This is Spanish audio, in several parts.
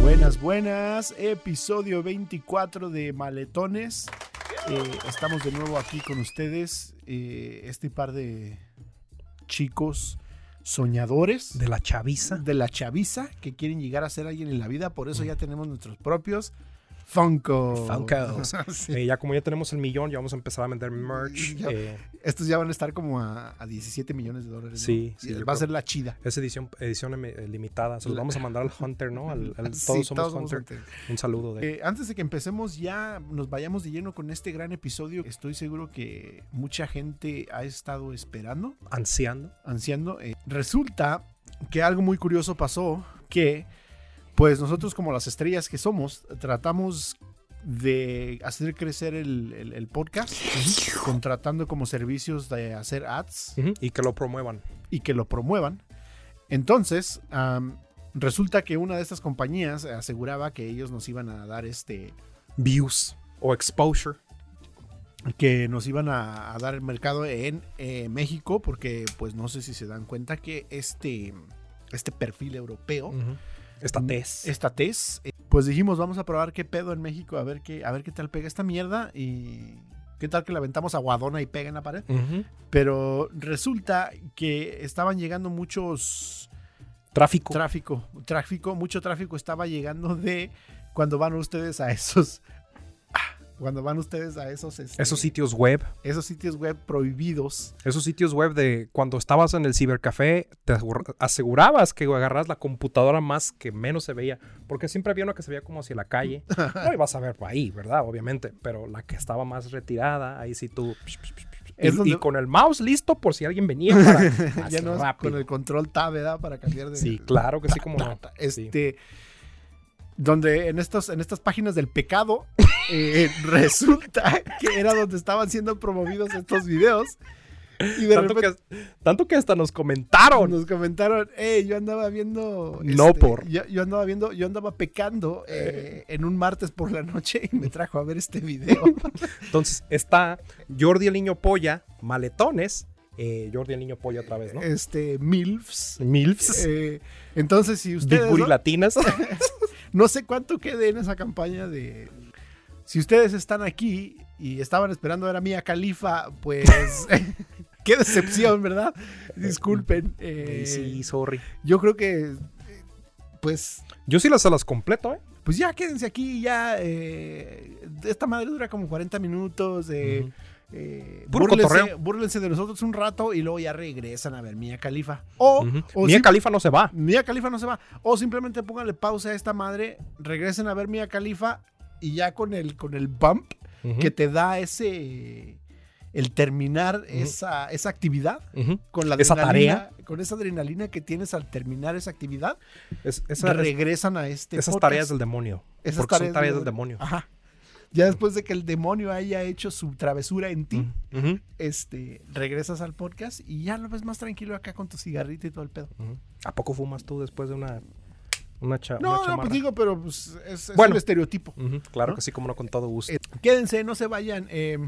Buenas, buenas. Episodio 24 de Maletones. Eh, estamos de nuevo aquí con ustedes. eh, este par de chicos soñadores de la chaviza. de la chaviza que quieren llegar a ser alguien en la vida. Por eso ya tenemos nuestros propios Funko. Funkos. Sí. Eh, ya como ya tenemos el millón, ya vamos a empezar a vender merch. Ya. eh, Estos ya van a estar como a, a 17 millones de dólares. ¿no? Sí, sí, Y yo Va a creo. ser la chida. es edición, edición em- eh, limitada. Se los La- vamos a mandar al Hunter, ¿no? Al, al- todos Sí, somos todos somos Hunter. Hunter. Un saludo de Eh, antes de que empecemos ya, nos vayamos de lleno con este gran episodio. Estoy seguro que mucha gente ha estado esperando, ansiando. ansiando. Eh, resulta que algo muy curioso pasó, que pues nosotros como las estrellas que somos, tratamos de hacer crecer el, el- el podcast, contratando como servicios de hacer ads Ujú, Y que lo promuevan. y que lo promuevan. Entonces, am, resulta que una de estas compañías aseguraba que ellos nos iban a dar este Views o exposure. que nos iban a, a dar el mercado en eh, México, porque pues no sé si se dan cuenta que este, este perfil europeo, Ujú. Esta Mm, tez. esta TES, eh, pues dijimos, vamos a probar qué pedo en México, a ver qué, a ver qué tal pega esta mierda y qué tal que la aventamos a Guadona y pega en la pared. Ujú. Pero resulta que estaban llegando muchos Tráfico. tráfico, tráfico, mucho tráfico estaba llegando de cuando van ustedes a esos... ah, Cuando van ustedes a esos, este, esos sitios web. esos sitios web prohibidos Esos sitios web de cuando estabas en el cibercafé, te asegura- asegurabas que agarras la computadora más que menos se veía, porque siempre había una que se veía como hacia la calle. No ibas a ver por ahí, ¿verdad? Obviamente, pero la que estaba más retirada, ahí sí tú. Es y, donde- y con el mouse listo por si alguien venía para ya hacia no es rápido. con el control tab, ¿verdad? Para cambiar de. Sí, claro que sí, como no. Sí. Este. Donde en, estos, en estas páginas del pecado eh, resulta que era donde estaban siendo promovidos estos videos. Y de Tanto repente que, tanto que hasta nos comentaron. nos comentaron, eh, yo andaba viendo. este, No por. Yo, yo andaba viendo, yo andaba pecando eh, en un martes por la noche y me trajo a ver este video. Entonces está Jordi el Niño Polla, maletones. eh, Jordi el Niño Polla otra vez, ¿no? Este, MILFs. Milfs. Eh, entonces, si Big ustedes. Booty ¿no? Latinas. No sé cuánto quede en esa campaña de. Si ustedes están aquí y estaban esperando a ver a Mía Califa, pues. qué decepción, ¿verdad? Disculpen. eh, sí, sorry. Yo creo que. eh, Pues. Yo sí las se las completo, ¿eh? Pues ya quédense aquí, ya. eh, esta madre dura como 40 minutos. eh, Ujú. eh, Puro búrlense, cotorreo. búrlense de nosotros un rato y luego ya regresan a ver Mía Califa. O, Ujú. o Mia sim- Califa no se va. Mía Califa no se va. O simplemente pónganle pausa a esta madre, regresen a ver Mía Califa y ya con el, con el bump Ujú. que te da ese. El terminar esa, esa actividad Ujú. con la Esa adrenalina- Con esa adrenalina que tienes al terminar esa actividad, Es- esa- regresan a este. esas podcast. tareas del demonio. Esas ¿Ah, porque son tareas del demonio. Ajá. Ya después de que el demonio haya hecho su travesura en ti, Ujú. este, regresas al podcast y ya lo ves más tranquilo acá con tu cigarrito y todo el pedo. Ujú. ¿A poco fumas tú después de una, una, cha- una No, no, chamarra? pues digo, pero pues, es, es Bueno. un estereotipo. Ujú. Claro que sí, como no, con todo gusto. Eh, quédense, no se vayan. eh,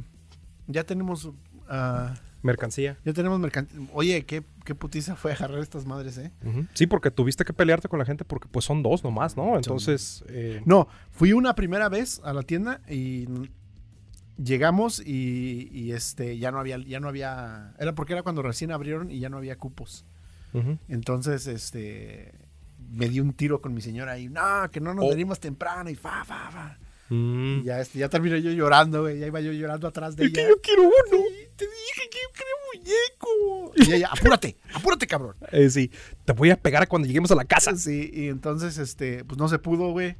ya tenemos. ah, Mercancía. ya tenemos mercantil. Oye, ¿qué, qué putiza fue agarrar estas madres, ¿eh? Ujú. Sí, porque tuviste que pelearte con la gente porque pues son dos nomás, ¿no? Entonces... eh, No, fui una primera vez a la tienda y n- llegamos y, y, este ya no había ya no había era porque era cuando recién abrieron y ya no había cupos. ujú. Entonces, este me di un tiro con mi señora y no, que no nos Oh. venimos temprano y fa fa fa. Mm. Y ya este, ya terminé yo llorando, güey, ya iba yo llorando atrás de Es que ella. yo quiero uno. Te dije que yo quería muñeco. Y ella, apúrate, apúrate, cabrón. Eh, sí, te voy a pegar cuando lleguemos a la casa. Sí, y entonces, este, pues no se pudo, güey.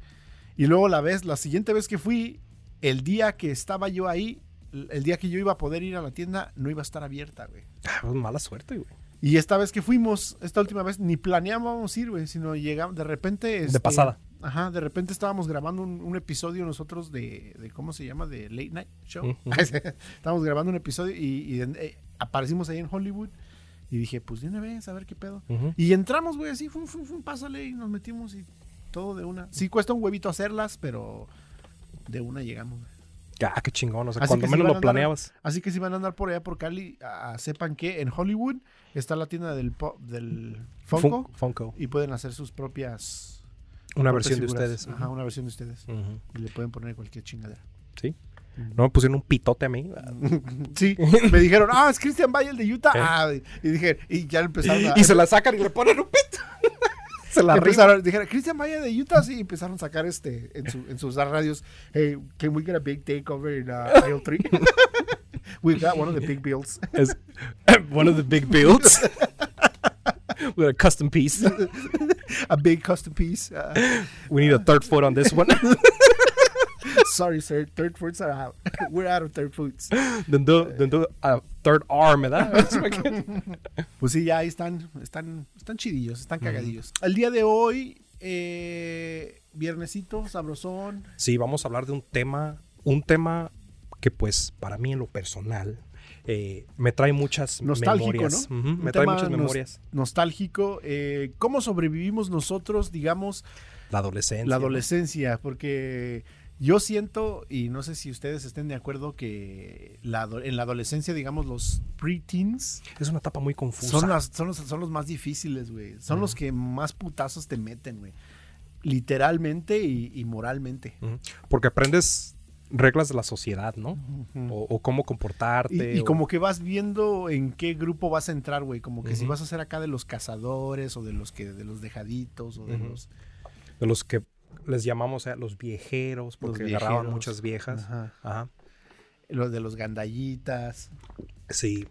Y luego la vez, la siguiente vez que fui, el día que estaba yo ahí, el día que yo iba a poder ir a la tienda, no iba a estar abierta, güey. Ah, pues, mala suerte, güey. Y esta vez que fuimos, esta última vez, ni planeábamos ir, güey, sino llegamos, de repente... este, pasada. Ajá, de repente estábamos grabando un, un episodio nosotros de, de, ¿cómo se llama? De Late Night Show. Ujú. estábamos grabando un episodio y, y en- eh, aparecimos ahí en Hollywood y dije, pues de una vez, a ver qué pedo. Ujú. Y entramos, güey, así, fum, fum, fum, pásale y nos metimos y todo de una. Sí cuesta un huevito hacerlas, pero de una llegamos. güey. Ah, qué chingón. O sea, Así cuando que sí menos van a lo andar- planeabas. Así que si van a andar por allá por Cali, ah, sepan que en Hollywood está la tienda del, po- del Funko Fun- Funko. y pueden hacer sus propias Una por versión de figuras. ustedes. Ajá, una versión de ustedes. Ujú. Y le pueden poner cualquier chingadera. Sí. Mm. No me pusieron un pitote a mí. Sí, me dijeron, ah, es Christian Bale el de Utah. Sí. Ah, y y dije, y ya empezaron a. Y se la sacan y le ponen un pito. se la rifan. empezaron, dijeron, Christian Bale de Utah, sí, empezaron a sacar este en, su- en sus radios. Hey, can we get a big takeover in uh, aisle 3? We got one of the big bills. as one of the big builds with a custom piece. A big custom piece. Uh, We need a third foot on this one. sorry, sir. Third foods are out. We're out of third foods. then do then do a third arm, ¿verdad? Pues sí, ya ahí están, están, están chidillos, están cagadillos. El día de hoy, eh, viernesito, sabrosón. sí, vamos a hablar de un tema, un tema que pues para mí en lo personal eh, me trae muchas Nostálgico, memorias. ¿no? Ujú, Un me trae tema muchas nos- memorias. nostálgico. eh, ¿Cómo sobrevivimos nosotros, digamos, La adolescencia. la adolescencia? Porque yo siento, y no sé si ustedes estén de acuerdo, que la ado- en la adolescencia, digamos, los preteens Es una etapa muy confusa. son, las- son los, son los más difíciles, güey. Son los que más putazos te meten, güey. Literalmente y, y moralmente. Ujú, Porque aprendes reglas de la sociedad, ¿no? o, o cómo Y, comportarte. y o- como que vas viendo en qué grupo vas a entrar, güey. Como que si Ujú. vas a ser acá de los cazadores o de los que de los dejaditos o de Ujú. los... de los que les llamamos eh, los viejeros, porque agarraban viejeros. muchas viejas. Ajá. Ajá. Los de los gandallitas, Sí.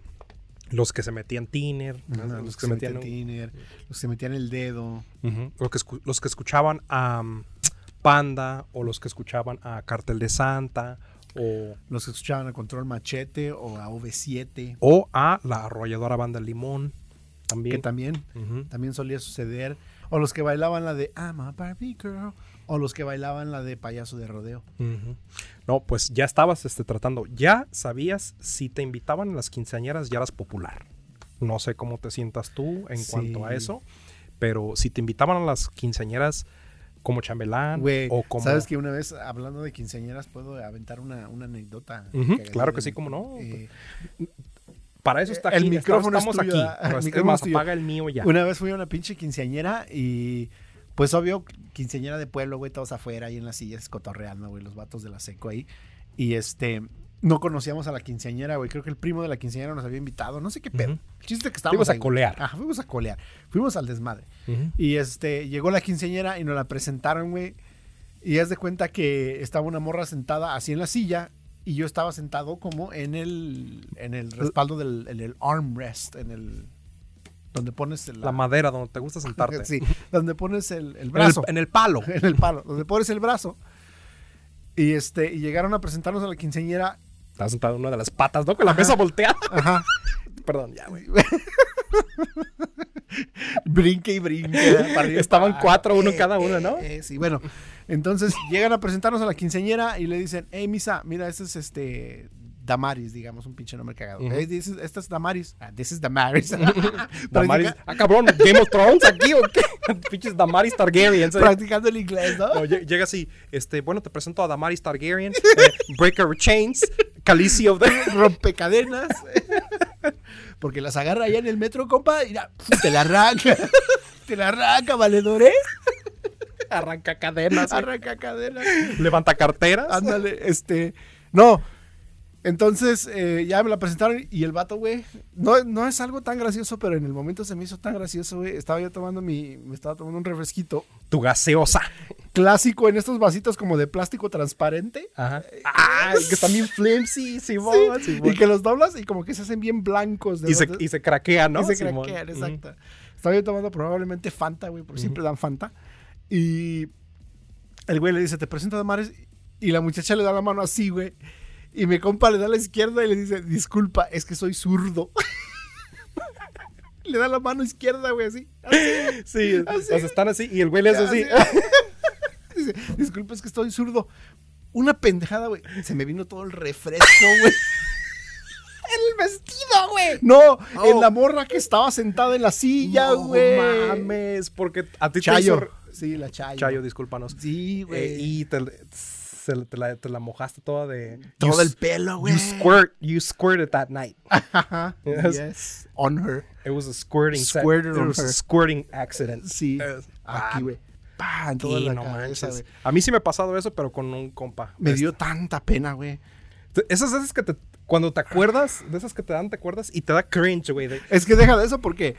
Los que se metían tiner, ajá, los, que se metían. Tiner, los que se metían el dedo. Ujú. los, que escu- los que escuchaban a mm, Panda, o los que escuchaban a Cartel de Santa, o, Los que escuchaban a Control Machete o a OV7. o a la arrolladora banda Limón. Que También. también, Ujú. también solía suceder. O los que bailaban la de I'm a Barbie Girl. O los que bailaban la de Payaso de Rodeo. Ujú. No, pues ya estabas este, tratando. Ya sabías si te invitaban a las quinceañeras, ya eras popular. No sé cómo te sientas tú en Sí. cuanto a eso, pero si te invitaban a las quinceañeras como chambelán Güey, Ah, o como. sabes que una vez hablando de quinceañeras puedo aventar una, una anécdota. Ujú, cagadita claro que de sí, mi- cómo no. Eh, Para eso está el aquí. está- micrófono es estamos tuyo, ah, aquí. el Pero es- es micrófono más, es tuyo. apaga el mío ya. Una vez fui a una pinche quinceañera y pues obvio, quinceañera de pueblo, güey, todos afuera ahí en las sillas cotorreando, güey, los vatos de la seco ahí. Y este, no conocíamos a la quinceañera, güey, creo que el primo de la quinceañera nos había invitado, no sé qué pedo. Ujú. El chiste es que estábamos Fuimos a ahí, güey. colear. Ajá, fuimos a colear. Fuimos al desmadre. Ujú. Y este, llegó la quinceañera y nos la presentaron, güey. Y haz de cuenta que estaba una morra sentada así en la silla y yo estaba sentado como en el, en el respaldo del en el armrest, en el... Donde pones la, La madera donde te gusta sentarte. Sí, donde pones el, el En, el, brazo. En en el palo. el, palo. Donde pones el brazo. Y este, y llegaron a presentarnos a la quinceañera. Estás sentado en una de las patas, ¿no? Con la mesa volteada. Ajá. Perdón, ya, güey. Brinque y brinque. para arriba y Estaban para- cuatro, uno Eh, cada eh, uno, ¿no? eh, sí, bueno. Entonces llegan a presentarnos a la quinceañera y le dicen, hey, Misa, mira, este es este. Damaris, digamos, un pinche nombre cagado. Ujú. "Hey, this is- esta es Damaris. Ah, this is Damaris. Damaris. Practica- Ah, cabrón, Game of Thrones aquí o qué? Pinches Damaris Targaryen. ¿sabes? practicando el inglés, ¿no? No, lle- llega así, este, bueno, te presento a Damaris Targaryen, eh, Breaker of Chains, Khaleesi of the... rompecadenas. Porque las agarra allá en el metro, compa, y la- te la arranca. Te la arranca, valedores. Arranca cadenas, Arranca cadenas. levanta carteras. Ándale, este. No. Entonces, eh, ya me la presentaron y el vato, güey. No, no es algo tan gracioso, pero en el momento se me hizo tan gracioso, güey. Estaba yo tomando mi. Me estaba tomando un refresquito Tu gaseosa. clásico en estos vasitos como de plástico transparente. Ajá. Ah, que también flimsy, Simón. Simón. Y que los doblas y como que se hacen bien blancos. de Y, se, verdad. y se craquea, ¿no? Y se Simón? craquean, Ujú. exacto. Estaba yo tomando probablemente Fanta, güey, porque siempre dan Fanta. Y el güey le dice, te presento a Damares. Y la muchacha le da la mano así, güey. Y mi compa le da la izquierda y le dice, disculpa, es que soy zurdo. le da la mano izquierda, güey, así. Sí, o sea, están así y el güey le hace así. Dice, disculpa, es que estoy zurdo. Una pendejada, güey. Se me vino todo el refresco, güey. ¡El vestido, güey! No, en Oh. la morra que estaba sentada en la silla, No güey. mames, porque a ti te Chayo. hizo... Sí, la Chayo. Chayo, discúlpanos. Sí, Eh, güey. y te, se- te la, te la mojaste toda de. todo you, el s- pelo, güey. you squirt, you squirted that night. Ajá. Yes. Yes. On her. It was a squirting. se- Squirted it on was a her. squirting accident. Sí. Eh, Aquí, güey. Ah, pa, en Sí, toda la no cabeza, manches. güey. Pues A mí sí me ha pasado eso, pero con un compa. Me Este, dio tanta pena, güey. te- Esas veces que te, cuando te acuerdas, de esas que te dan, te acuerdas y te da cringe, güey. de- Es que deja de eso porque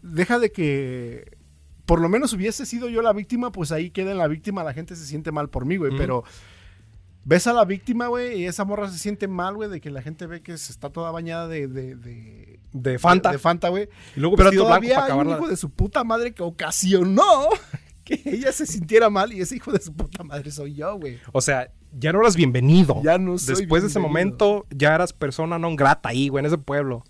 deja de que por lo menos hubiese sido yo la víctima, pues ahí queda en la víctima, la gente se siente mal por mí, güey, Ujú. pero ves a la víctima, güey, y esa morra se siente mal, güey, de que la gente ve que se está toda bañada de, de, de- De Fanta. de Fanta, güey. y luego Pero vestido blanco todavía para hay un acabarla. hijo de su puta madre que ocasionó que ella se sintiera mal y ese hijo de su puta madre soy yo, güey. O sea, ya no eras bienvenido. Ya no soy Después de ese bienvenido. momento, ya eras persona non grata ahí, güey, en ese pueblo.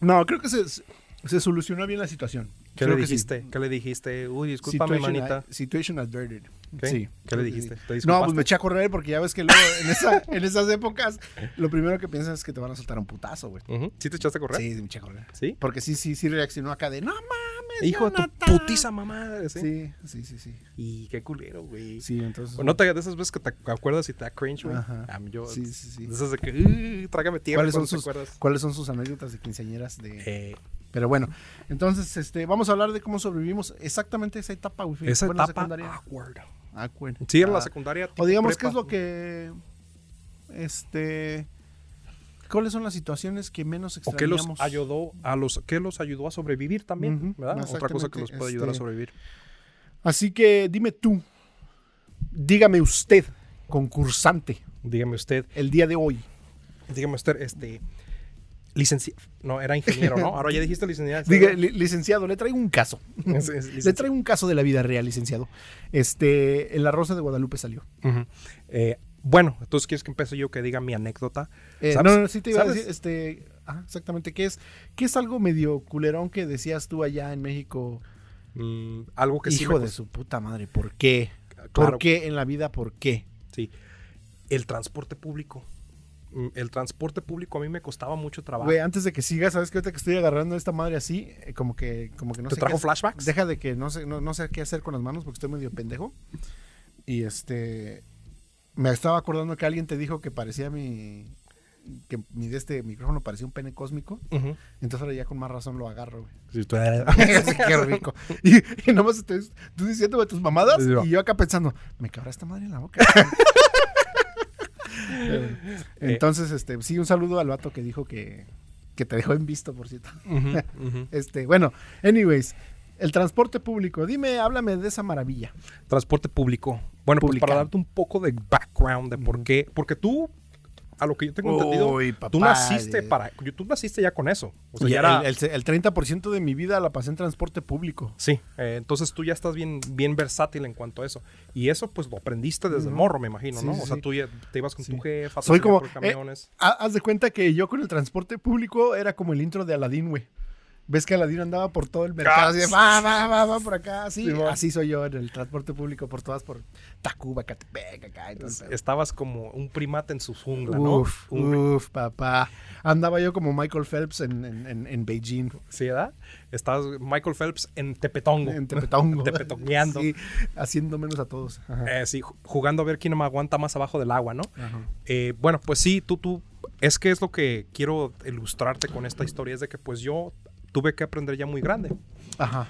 No, creo que se, se solucionó bien la situación. ¿Qué Creo le que sí. dijiste? ¿Qué le dijiste? Uy, discúlpame, Situation manita. ad- situation adverted. ¿Qué? Sí. ¿Qué le creo que dijiste? sí. ¿Te No, pues disculpaste? me eché a correr porque ya ves que luego en, esa- en esas épocas lo primero que piensas es que te van a soltar un putazo, güey. Ujú. ¿Sí te echaste a correr? Sí, me eché a correr. ¿Sí? Porque sí, sí, sí reaccionó acá de no mames. Hijo de tu Jonathan". putiza mamá. ¿sí? Sí, sí, sí, sí. Y qué culero, güey. Sí, entonces. O Pues no te de esas veces que te acuerdas y te da cringe, güey. Ajá. A mí yo- Sí, sí, sí. De esas de que, "Uh, trágame tierra. ¿Cuáles son, cuando sus, te acuerdas. ¿Cuáles son sus anécdotas de quinceañeras? De... Eh, Pero bueno, entonces este, vamos a hablar de cómo sobrevivimos exactamente esa etapa, güey. esa Fue en la etapa secundaria. awkward. Ah, güey. Sí, era la Ah. secundaria. O tipo digamos, ¿qué prepa. es lo que. Este. ¿Cuáles son las situaciones que menos O qué los extrañamos? ayudó a los que los ayudó a sobrevivir también, Ujú, ¿verdad? Otra cosa que exactamente, los puede ayudar a este- sobrevivir. Así que dime tú. Dígame usted, concursante, Dígame usted, el día de hoy. dígame usted, este licenciado, no, era ingeniero, ¿no? Ahora ya dijiste licenciado. Diga, li- licenciado, le traigo un caso. Es- es Le licenciado. traigo un caso de la vida real, licenciado. Este, en La Rosa de Guadalupe salió. Ujú. Eh, bueno, entonces quieres que empiece yo que diga mi anécdota. Eh, ¿Sabes? no, no, sí te iba ¿Sabes? a decir, este, ajá, exactamente, ¿qué es, ¿qué es algo medio culerón que decías tú allá en México? Mm, algo que sí Hijo me de costó- su puta madre, ¿por qué? claro, ¿Por qué en la vida, por qué? Sí. El transporte público. Mm, El transporte público a mí me costaba mucho trabajo. Güey, antes de que sigas, ¿sabes que ahorita que estoy agarrando esta madre así? eh, Como que, como que no ¿Te sé trajo qué hacer. flashbacks? Deja de que no sé, no, no sé qué hacer con las manos porque estoy medio pendejo. Y este. Me estaba acordando que alguien te dijo que parecía mi. Que mi de este micrófono parecía un pene cósmico. Ujú. Entonces ahora ya con más razón lo agarro, güey. Sí, tú- Así, qué rico. Y, y nomás estoy, tú diciéndome tus mamadas Sí, va. y yo acá pensando, me cabrá esta madre en la boca. Eh, Entonces, este, sí, un saludo al vato que dijo que, que te dejó en visto, por cierto. Ujú, ujú. Este, bueno, anyways, el transporte público. Dime, háblame de esa maravilla. Transporte público. Bueno, pues Publicado. para darte un poco de background de por qué. Porque tú, a lo que yo tengo entendido, Uy, papá, tú naciste de- para. Tú naciste ya con eso. O sea, Y ya era. el, el- el 30% de mi vida la pasé en transporte público. Sí, eh, entonces tú ya estás bien, bien versátil en cuanto a eso. Y eso, pues lo aprendiste desde morro, me imagino, Sí, ¿no? sí, o sea, sí. tú ya te ibas con Sí. tu jefa, tú Soy tenías como, por eh, camiones. Ha- Haz de cuenta que yo con el transporte público era como el intro de Aladín, güey. Ves que Aladín andaba por todo el mercado, así de, va, va, va, va por acá, así. Ah. Sí, va. así soy yo en el transporte público, por todas, por Tacuba, Catepec, acá. y todo el pedo. Estabas como un primate en su jungla, ¿no? Uf, Un- uf, papá. Andaba yo como Michael Phelps en, en, en, en Beijing, ¿Sí, verdad? Estabas Michael Phelps en Tepetongo. en Tepetongo. Tepetongueando. Sí, haciendo menos a todos. Ajá. Eh, sí, ju- jugando a ver quién me aguanta más abajo del agua, ¿no? Ajá. Eh, bueno, pues sí, tú, tú, es que es lo que quiero ilustrarte con esta historia, es de que pues yo tuve que aprender ya muy grande. Ajá.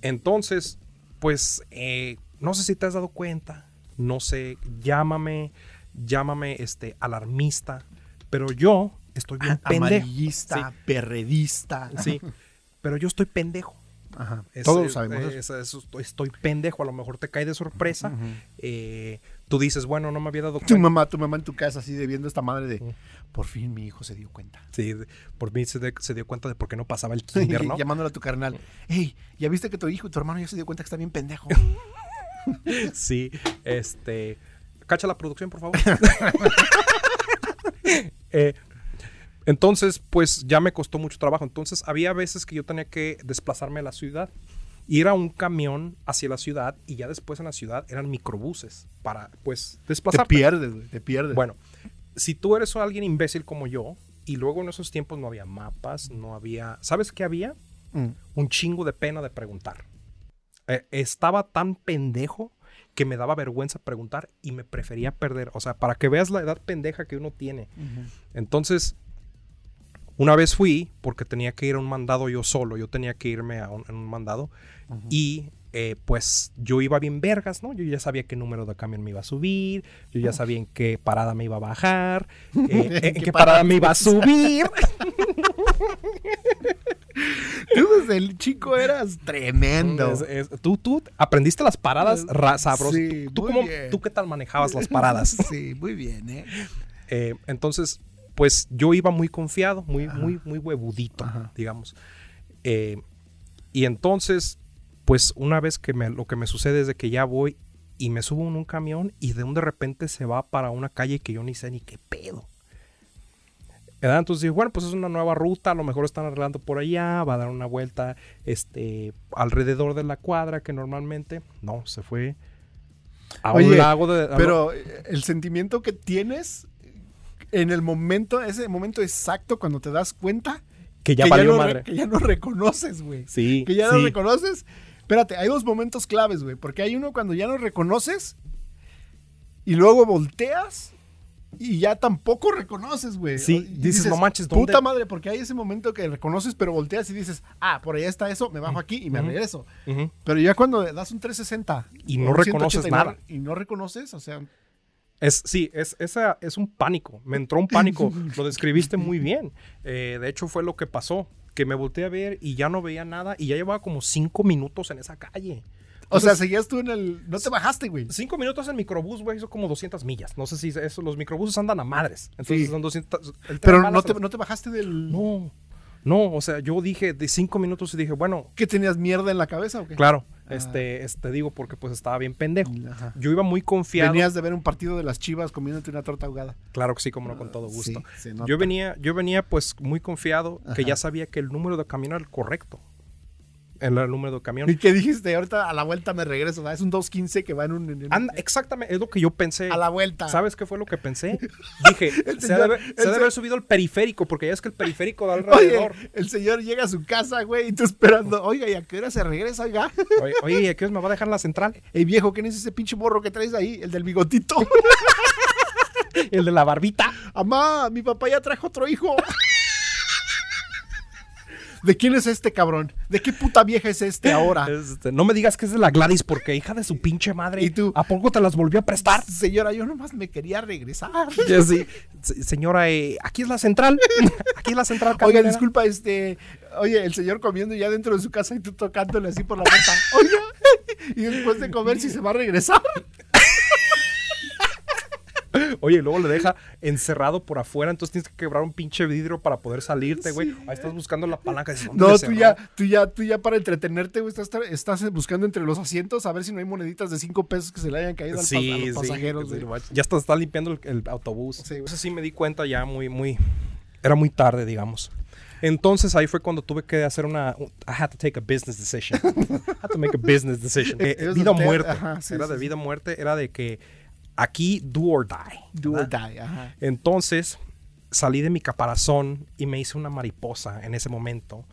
Entonces, pues, eh, no sé si te has dado cuenta, no sé, llámame, llámame, este, alarmista, pero yo estoy bien Ah, pendejo. Amarillista, perredista. Sí, pero yo estoy pendejo. Ajá. Es- Todos eh, sabemos eh, eso. es- es- estoy- estoy pendejo, a lo mejor te cae de sorpresa. eh, tú dices, bueno, no me había dado Tu cuenta. mamá, tu mamá en tu casa, así de viendo esta madre de. Por fin mi hijo se dio cuenta. Sí, de- por mí se, de- se dio cuenta de por qué no pasaba el kinder, ¿no? Llamándole a tu carnal. Hey, ¿ya viste que tu hijo, tu hermano ya se dio cuenta que está bien pendejo? Sí, este. Cacha la producción, por favor. Eh, entonces, pues ya me costó mucho trabajo. Entonces, había veces que yo tenía que desplazarme a la ciudad. Ir a un camión hacia la ciudad y ya después en la ciudad eran microbuses para, pues, te desplazarte. pierdes, güey, te pierdes. Bueno, si tú eres alguien imbécil como yo, y luego en esos tiempos no había mapas, no había. ¿Sabes qué había? Mm. un chingo de pena de preguntar. Eh, estaba tan pendejo que me daba vergüenza preguntar y me prefería perder. O sea, para que veas la edad pendeja que uno tiene. Entonces, Una vez fui porque tenía que ir a un mandado yo solo, yo tenía que irme a un, en un mandado y eh, pues yo iba bien vergas, ¿no? Yo ya sabía qué número de camión me iba a subir, yo ya sabía en qué parada me iba a bajar, eh, en, ¿Qué qué, parada parada? me iba a subir. Tú desde el chico eras tremendo. Es- es- tú, tú aprendiste las paradas ra- sabros. Sí, ¿Tú, tú muy cómo- bien. ¿Tú qué tal manejabas las paradas? Ah, Sí, muy bien, ¿eh? Eh, entonces, pues yo iba muy confiado, muy, muy, muy huevudito, Ajá. digamos. Eh, y entonces, pues una vez que me- lo que me sucede es de que ya voy y me subo en un camión y de un de repente se va para una calle que yo ni sé ni qué pedo. ¿Verdad? Entonces dije, bueno, pues es una nueva ruta, a lo mejor están arreglando por allá, va a dar una vuelta este, alrededor de la cuadra que normalmente, no, se fue a Oye, un lago de... a- Pero eh, el sentimiento que tienes en el momento, ese momento exacto cuando te das cuenta que ya que, valió no, re- madre. que ya no reconoces, güey. Sí, Que ya no sí. reconoces. Espérate, hay dos momentos claves, güey. Porque hay uno cuando ya no reconoces y luego volteas y ya tampoco reconoces, güey. Sí, O- y dices, "No manches, ¿dónde?" Puta madre, porque hay ese momento que reconoces, pero volteas y dices, ah, por allá está eso, me bajo aquí y me Ujú. regreso. Ujú. Pero ya cuando das un 360 Y o no un reconoces 189 nada. Y no reconoces, o sea, Es, sí, es, esa, es un pánico. Me entró un pánico. Lo describiste muy bien. Eh, de hecho, fue lo que pasó. Que me volteé a ver y ya no veía nada. Y ya llevaba como cinco minutos en esa calle. o sea, seguías tú en el. No te bajaste, güey. Cinco minutos en microbús, güey, hizo como 200 millas. No sé si eso, los microbuses andan a madres. Entonces Sí. son 200. el tren Pero bala no se te, las- no te bajaste del. No, no, o sea, yo dije de cinco minutos y dije, bueno, ¿Que tenías mierda en la cabeza o qué? claro, Ah. Mm. este, este digo porque pues estaba bien pendejo. Ajá. Yo iba muy confiado. Venías de ver un partido de las chivas comiéndote una torta ahogada. Claro que sí, como no, con todo Ah, Sí, gusto. se nota. Yo venía, yo venía pues muy confiado que ya sabía que el número de camión era el correcto. El, el número de ¿Y camión. qué dijiste? Ahorita a la vuelta me regreso. ¿verdad? Es un 2.15 que va en un. en un- Anda, exactamente, es lo que yo pensé. a la vuelta. ¿Sabes qué fue lo que pensé? Dije, se ha de señor- haber, el se ha de se- haber subido el periférico, porque ya es que el periférico da Oye, alrededor. el señor llega a su casa, güey, y tú esperando. Oiga, ¿y a qué hora se regresa, oiga? Oye, oye, ¿y a qué hora me va a dejar la central? Ey, viejo, ¿quién es ese pinche morro que traes ahí? El del bigotito. El de la barbita. Amá, mi papá ya trajo otro hijo. ¿De quién es este cabrón? ¿De qué puta vieja es este ahora? Este, no me digas que es de la Gladys, porque hija de su pinche madre. ¿Y tú? ¿A poco te las volvió a prestar? Señora, yo nomás me quería regresar. Ya sí. Se- Señora, eh, aquí es la central. Aquí es la central. Oiga, camionera. disculpa, este. Oye, el señor comiendo ya dentro de su casa y tú tocándole así por la puerta. Oiga, y después de comer, si se va a regresar. Oye, y luego le deja encerrado por afuera, entonces tienes que quebrar un pinche vidrio para poder salirte, güey. Ahí estás buscando la palanca. dices, ¿dónde No, le tú cerró? ya, tú ya, tú ya para entretenerte, güey, estás, tra- estás buscando entre los asientos a ver si no hay moneditas de cinco pesos que se le hayan caído al pas- a los Sí, sí, pasajeros, sí, güey. no, ya está, está limpiando el, el autobús. Sí, güey. Entonces sí me di cuenta ya muy, muy, era muy tarde, digamos. Entonces ahí fue cuando tuve que hacer una, un- I had to take a business decision. I had to make a business decision. Eh, Eres vida o soltero, muerte. ajá, sí, era sí, de sí. vida o muerte, era de que aquí do or die. Do or ¿verdad? die, ajá. Entonces salí de mi caparazón y me hice una mariposa en ese momento.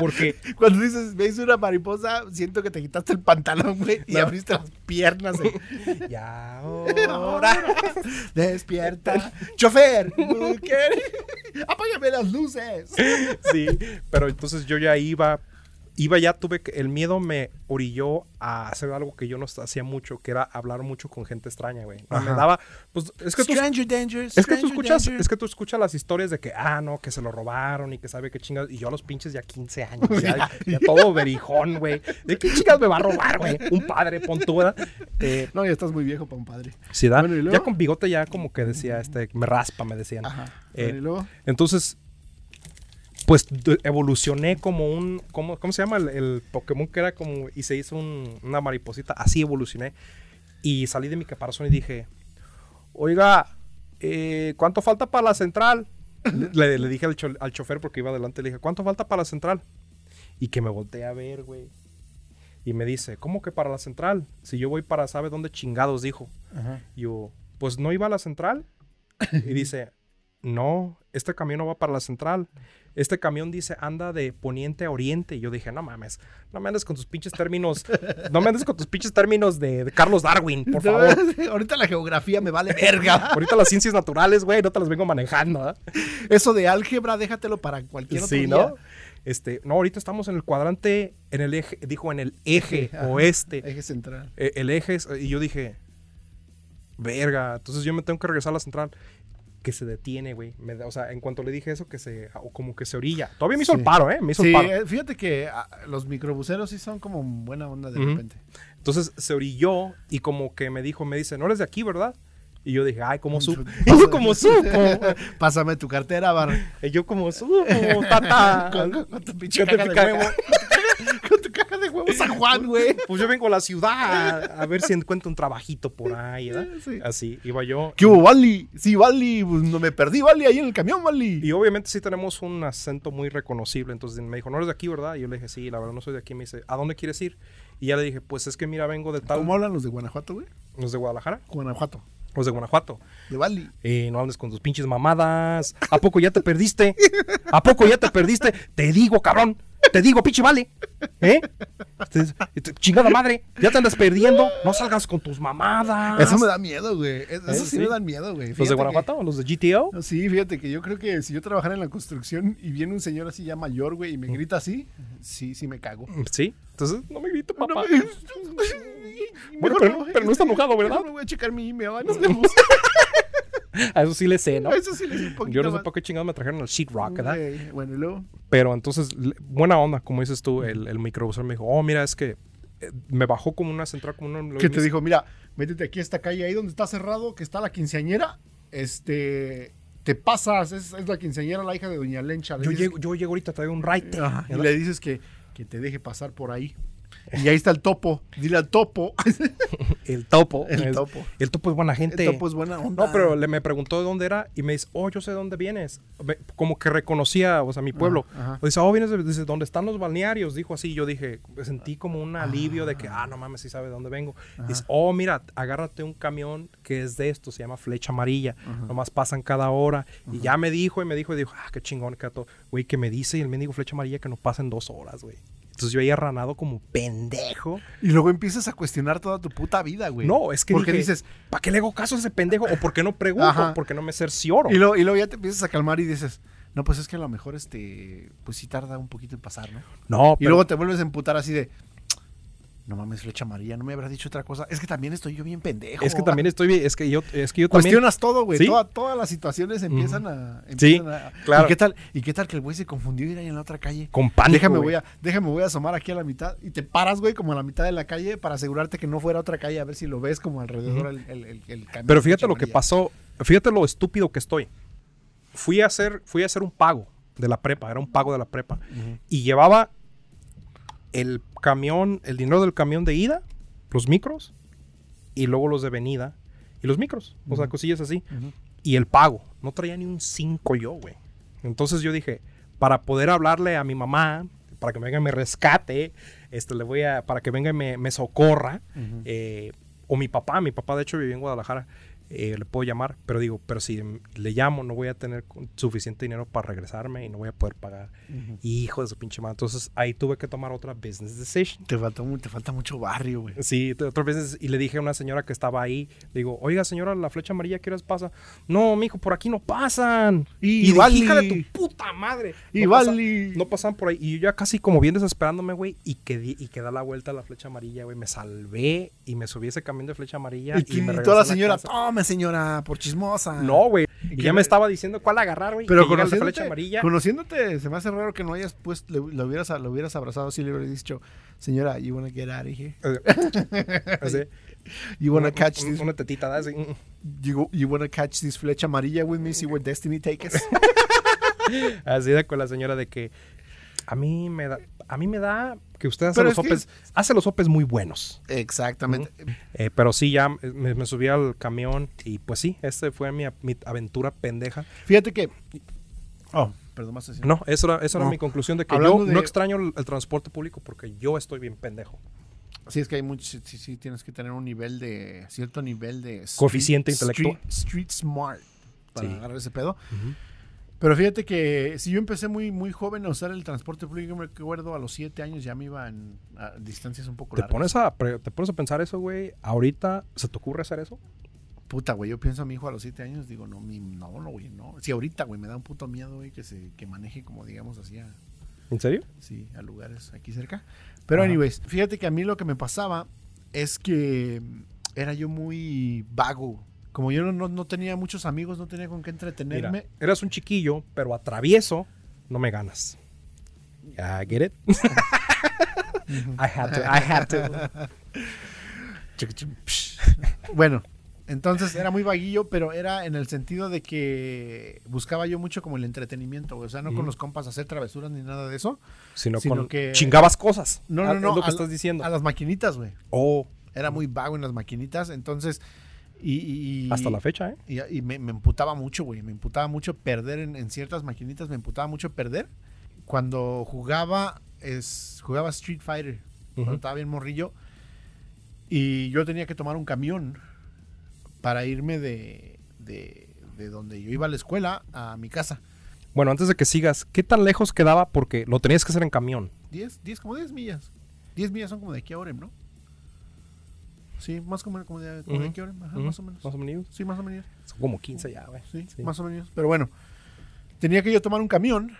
Porque Cuando dices, me hice una mariposa, siento que te quitaste el pantalón, güey, y No. abriste las piernas. güey. ya oh, Ahora, despierta. Chofer, ¿qué? apágame las luces. Sí, pero entonces yo ya iba, iba ya tuve que, el miedo me orilló a hacer algo que yo no hacía mucho, que era hablar mucho con gente extraña, güey. No, Me Ajá. daba, pues es que tú, Stranger danger, es que tú stranger escuchas, danger. es que tú escuchas las historias de que, ah, no, que se lo robaron y que sabe qué chingas, y yo a los pinches ya 15 años, ya, ya todo berijón, güey. ¿De qué chingas me va a robar, güey? Un padre, pon tú, ¿verdad? Eh, No, ya estás muy viejo para un padre. sí, ¿verdad? Bueno, ¿y luego? ya con bigote ya como que decía, este, me raspa, me decían. Ajá. Eh, Bueno, y luego, entonces, pues d- evolucioné como un. ¿Cómo, cómo se llama el, el Pokémon que era como. y se hizo un- una mariposita? Así evolucioné. Y salí de mi caparazón y dije: Oiga, eh, ¿cuánto falta para la central? Le, le dije al, cho- al chofer porque iba adelante, le dije: ¿Cuánto falta para la central? Y que me volteé a ver, güey. Y me dice, ¿cómo que para la central? Si yo voy para sabe dónde chingados, dijo. Yo, pues no iba a la central. Y dice, no, este camión no va para la central. Este camión dice anda de poniente a oriente. Y yo dije, no mames, no me andes con tus pinches términos. No me andes con tus pinches términos de, de Carlos Darwin, por favor. Ahorita la geografía me vale verga. Ahorita las ciencias naturales, güey, no te las vengo manejando. ¿ah? Eso de álgebra, déjatelo para cualquier otro Sí, día. ¿no? Este, no, ahorita estamos en el cuadrante, en el eje, dijo en el eje Ajá. oeste. Eje central. Eh, el eje es- y yo dije, verga, entonces yo me tengo que regresar a la central. Que se detiene, güey. Me da- O sea, en cuanto le dije eso, que se, o como que se orilla. Todavía me hizo Sí. el paro, ¿eh? Me hizo Sí, el paro. eh, fíjate que ah, los microbuseros sí son como buena onda de Ujú. repente. Entonces se orilló y como que me dijo, me dice, no eres de aquí, ¿verdad? Y yo dije, ay, ¿cómo supo? Y yo como supo. Pásame tu cartera, bar. Y yo como supo, tata. Con, con- Ah, con tu pinche Yo te caja de cago. huevo. con tu caja de huevo San Juan, güey. Pues yo vengo a la ciudad a ver si encuentro un trabajito por ahí, ¿verdad? Sí. Así, iba yo. ¿Qué hubo, Vali? Sí, Vali. pues, no me perdí, Vali, ahí en el camión, Vali. Y obviamente sí tenemos un acento muy reconocible. Entonces me dijo, ¿no eres de aquí, verdad? Y yo le dije, sí, la verdad no soy de aquí. Me dice, ¿a dónde quieres ir? Y ya le dije, pues es que mira, vengo de tal... ¿Cómo hablan los de Guanajuato, güey? ¿Los de Guadalajara? Guanajuato. ¿Los de Guanajuato? De Vali. Eh, no hables con tus pinches mamadas. ¿A poco ya te perdiste? ¿A poco ya te perdiste? Te digo, cabrón. Te digo, pinche vale. ¿Eh? Te- te- Chingada madre. Ya te andas perdiendo. No salgas con tus mamadas. Eso me da miedo, güey. Es- Eso sí, Eh, sí. me dan miedo, güey. ¿Los Fíjate de que- Guanajuato? ¿Los de GTO? No, Sí, fíjate que yo creo que si yo trabajara en la construcción y viene un señor así ya mayor, güey, y me grita así, sí, sí me cago. Sí. Entonces, no me grito, papá. Bueno, pero- pero no está enojado, ¿verdad? No voy a checar mi email. ahí Nos vemos. A eso sí le sé, ¿no? Eso sí les un poquito Yo no sé más. para qué chingados me trajeron al sheetrock, ¿verdad? Ok, Bueno, y luego. Pero entonces, le- buena onda, como dices tú, el, el microbusero me dijo, oh, mira, es que eh, me bajó como una central, como una... Que te dijo, mira, métete aquí a esta calle ahí donde está cerrado, que está la quinceañera. Este. Te pasas, es, es la quinceañera, la hija de Doña Lencha. le Yo dices llego, yo llego ahorita, traigo un raite. Ajá, y ¿verdad? le dices que, que te deje pasar por ahí. Y ahí está el topo. Dile al topo. El topo. El es- topo. El topo es buena gente. El topo es buena onda. No, pero le me preguntó de dónde era y me dice, oh, yo sé de dónde vienes. Me- como que reconocía, o sea, mi pueblo. ajá. Dice, oh, vienes de dice, dónde están los balnearios. Dijo así, yo dije, sentí como un alivio de que, ah, no mames, sí sabe de dónde vengo. Dice, oh, mira, agárrate un camión que es de esto, se llama Flecha Amarilla. Nomás pasan cada hora. Y ya me dijo y me dijo, y dijo, ah, qué chingón, Cato. Güey, que me dice y el mendigo Flecha Amarilla que no pasen dos horas, güey. Entonces yo ahí arranado como pendejo. Y luego empiezas a cuestionar toda tu puta vida, güey. No, es que Porque dije, dices. ¿para qué le hago caso a ese pendejo? ¿O por qué no pregunto? Ajá. ¿Por qué no me cercioro? Y luego, y luego ya te empiezas a calmar y dices. No, pues es que a lo mejor este. Pues sí tarda un poquito en pasar, ¿no? No, Y luego te vuelves a emputar así de. No mames, flecha amarilla, no me habrás dicho otra cosa. Es que también estoy yo bien pendejo. es que también estoy bien, es que yo, es que yo también. Cuestionas todo, güey. Sí. Toda- todas las situaciones empiezan a. Empiezan a- claro. ¿Y qué, tal, ¿Y qué tal que el güey se confundió y era ahí en la otra calle? Con pánico. déjame, güey. voy a, déjame, voy a asomar aquí a la mitad. Y te paras, güey, como a la mitad de la calle para asegurarte que no fuera otra calle, a ver si lo ves como alrededor el, el, el- el camión. Pero fíjate lo que amarilla. pasó, fíjate lo estúpido que estoy. Fui a hacer, fui a hacer un pago de la prepa, era un pago de la prepa. Y llevaba el camión, el dinero del camión de ida, los micros, y luego los de venida, y los micros, o sea, cosillas así. Ujú. y el pago. No traía ni un 5 yo, güey. Entonces yo dije, para poder hablarle a mi mamá, para que venga y me rescate, este, le voy a, para que venga y me, me socorra, Ujú. eh, o mi papá, mi papá de hecho vivía en Guadalajara, eh, le puedo llamar, pero digo, pero si le llamo no voy a tener con- suficiente dinero para regresarme y no voy a poder pagar. Ujú. Hijo de su pinche madre. Entonces ahí tuve que tomar otra business decision. Te, faltó, mu- te falta mucho barrio, güey. Sí, t- otras veces, y le dije a una señora que estaba ahí, le digo, oiga señora, la flecha amarilla, ¿qué horas pasa? No, mijo, por aquí no pasan. Y dije, vale. hija de tu puta madre. Y no pasa- vale. no pasan por ahí. Y yo ya casi como bien desesperándome, güey, y que, di- y que da la vuelta a la flecha amarilla, güey. Me salvé y me subí ese camión de flecha amarilla. Y, que- Y, me y regresé toda la a señora, casa. tome señora, por chismosa. No, güey. que Y ya me- me estaba diciendo cuál agarrar, güey. Pero que llega el de conociéndote, flecha amarilla. conociéndote, se me hace raro que no hayas puesto, le, lo hubieras, lo hubieras abrazado así y le hubieras dicho, señora, you wanna get out of here, Eh, así, you wanna una- catch una- this, Una tetita, ¿verdad? Así, mm. you, you wanna catch this flecha amarilla with me, see where destiny takes us. Así de con la señora de que a mí me da, a mí me da que usted hace Pero los es que sopes, hace los sopes muy buenos. Exactamente. Eh, pero sí, ya eh, me, me subí al camión y pues sí, esta fue mi, mi aventura pendeja. Fíjate que, oh, perdón, más así. No, eso era, eso era No. mi conclusión de que Hablando yo de- no extraño el, el transporte público porque yo estoy bien pendejo. Sí, es que hay muchos, sí, sí, sí, tienes que tener un nivel de, cierto nivel de... street- Coeficiente intelectual. Street, street smart para Sí. agarrar ese pedo. Pero fíjate que si yo empecé muy, muy joven a usar el transporte público, me acuerdo, a los siete años ya me iba en- a distancias un poco ¿Te largas. pones, a, pre- ¿Te pones a pensar eso, güey? ¿Ahorita se te ocurre hacer eso? Puta, güey, yo pienso a mi hijo a los siete años, digo, no, mi, no, no, güey, no. Si ahorita, güey, me da un puto miedo, güey, que se que maneje como, digamos, así a, ¿En serio? sí, a lugares aquí cerca. Pero, Ajá. anyways, fíjate que a mí lo que me pasaba es que mm, era yo muy vago. Como yo no, no, no tenía muchos amigos, no tenía con qué Mira, entretenerme. eras un chiquillo, pero atravieso, no me ganas. I get it. I had to, I had to. Bueno, entonces era muy vaguillo, pero era en el sentido de que buscaba yo mucho como el entretenimiento, güey. O sea, no Ujú. con los compas hacer travesuras ni nada de eso. Sino, Sino con que- chingabas cosas. No, Ah, no, no. Es lo que a- estás diciendo. A las maquinitas, güey. Oh, Era muy vago en las maquinitas, entonces. Y, y- y- hasta la fecha, ¿eh? Y, y me, me emputaba mucho, güey. Me emputaba mucho perder en, en ciertas maquinitas, me emputaba mucho perder. Cuando jugaba, es, jugaba Street Fighter, cuando Ujú. estaba bien morrillo, y yo tenía que tomar un camión para irme de, de, de donde yo iba a la escuela a mi casa. Bueno, antes de que sigas, ¿qué tan lejos quedaba? Porque lo tenías que hacer en camión. 10, 10, como 10 millas. 10 millas son como de aquí a Orem, ¿no? Sí, más como, como de, como de Ujú. aquí a Orem, ajá, Ujú, Ah, más o menos. Más o menos. Sí, más o menos. Son como 15 ya, güey. Sí, Sí. más o menos. Pero bueno, tenía que yo tomar un camión.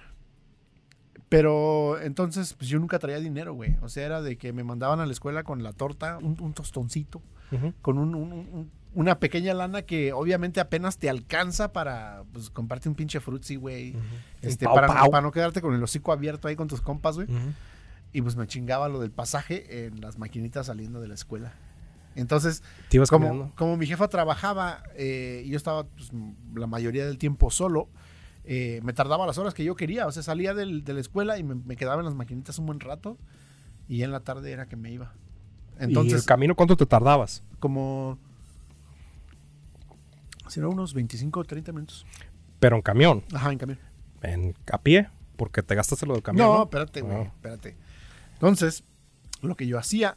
Pero entonces, pues yo nunca traía dinero, güey. O sea, era de que me mandaban a la escuela con la torta, un, un tostoncito, Ujú. con un- un- un- una pequeña lana que obviamente apenas te alcanza para pues, comprarte un pinche frutzi, güey. Este, Un pau para, pau. para no quedarte con el hocico abierto ahí con tus compas, güey. Ujú. Y pues me chingaba lo del pasaje en las maquinitas saliendo de la escuela. Entonces, Te ibas como, caminando. como mi jefa trabajaba eh, y yo estaba pues, m- la mayoría del tiempo solo, eh, me tardaba las horas que yo quería. O sea, salía del- de la escuela y me, me quedaba en las maquinitas un buen rato y ya en la tarde era que me iba. ¿Y Entonces, el camino cuánto te tardabas? como... Será unos 25 o 30 minutos. Pero en camión. Ajá, en camión. En, a pie. Porque te gastaste lo del camión. no, No, espérate, güey, Ah. espérate. Entonces, lo que yo hacía,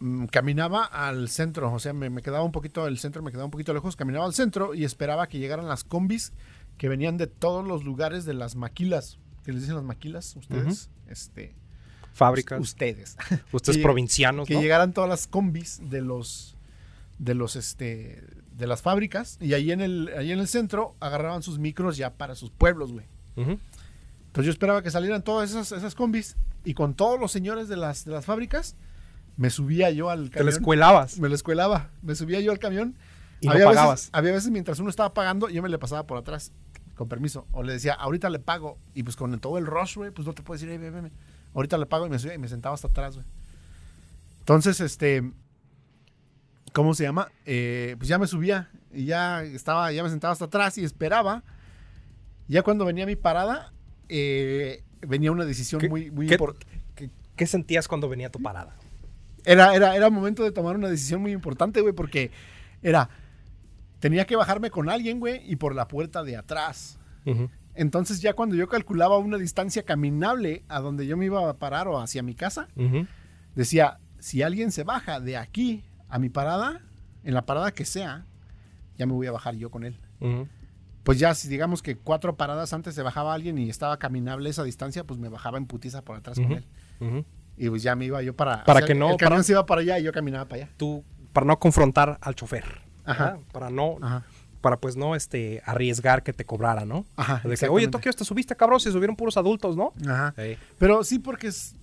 mm, caminaba al centro, o sea, me, me quedaba un poquito, el centro me quedaba un poquito lejos, caminaba al centro y esperaba que llegaran las combis que venían de todos los lugares de las maquilas, que les dicen las maquilas, ustedes, este, Fábricas. ustedes, ustedes que- provincianos, que ¿no? llegaran todas las combis de los, de los, este, de las fábricas y ahí en el, ahí en el centro agarraban sus micros ya para sus pueblos, güey. Ujú. Entonces yo esperaba que salieran todas esas, esas combis y con todos los señores de las, de las fábricas me subía yo al Te la camión. escuelabas me lo escuelaba, me subía yo al camión. y no veces- pagabas. había veces mientras uno estaba pagando, yo me le pasaba por atrás, con permiso. O le decía, ahorita le pago. Y pues con todo el rush, güey, pues no te puedes decir, "Ey, ve, ve, ve". ahorita le pago y me subía y me sentaba hasta atrás, güey. Entonces, este, ¿cómo se llama? Eh, pues ya me subía y ya estaba, ya me sentaba hasta atrás y esperaba. Ya cuando venía mi parada, eh, venía una decisión ¿Qué- muy, muy qué- importante. ¿Qué, qué sentías cuando venía tu parada? Era, era, era momento de tomar una decisión muy importante, güey, porque era. Tenía que bajarme con alguien, güey, y por la puerta de atrás. Entonces, ya cuando yo calculaba una distancia caminable a donde yo me iba a parar o hacia mi casa, Ujú. decía: si alguien se baja de aquí a mi parada, en la parada que sea, ya me voy a bajar yo con él. Ujú. Pues ya, si digamos que cuatro paradas antes se bajaba alguien y estaba caminable esa distancia, pues me bajaba en putiza por atrás Ujú. con él. Ujú. Y pues ya me iba yo para. Para que no- El camión para- se iba para allá y yo caminaba para allá. Tú, para no confrontar al chofer. Ajá. ¿verdad? Para no, Ajá. para pues no este, arriesgar que te cobrara, ¿no? Ajá, De que, exactamente. oye, Tokio, te subiste, cabrón, si subieron puros adultos, ¿no? Ajá. Ey. Pero sí, porque es,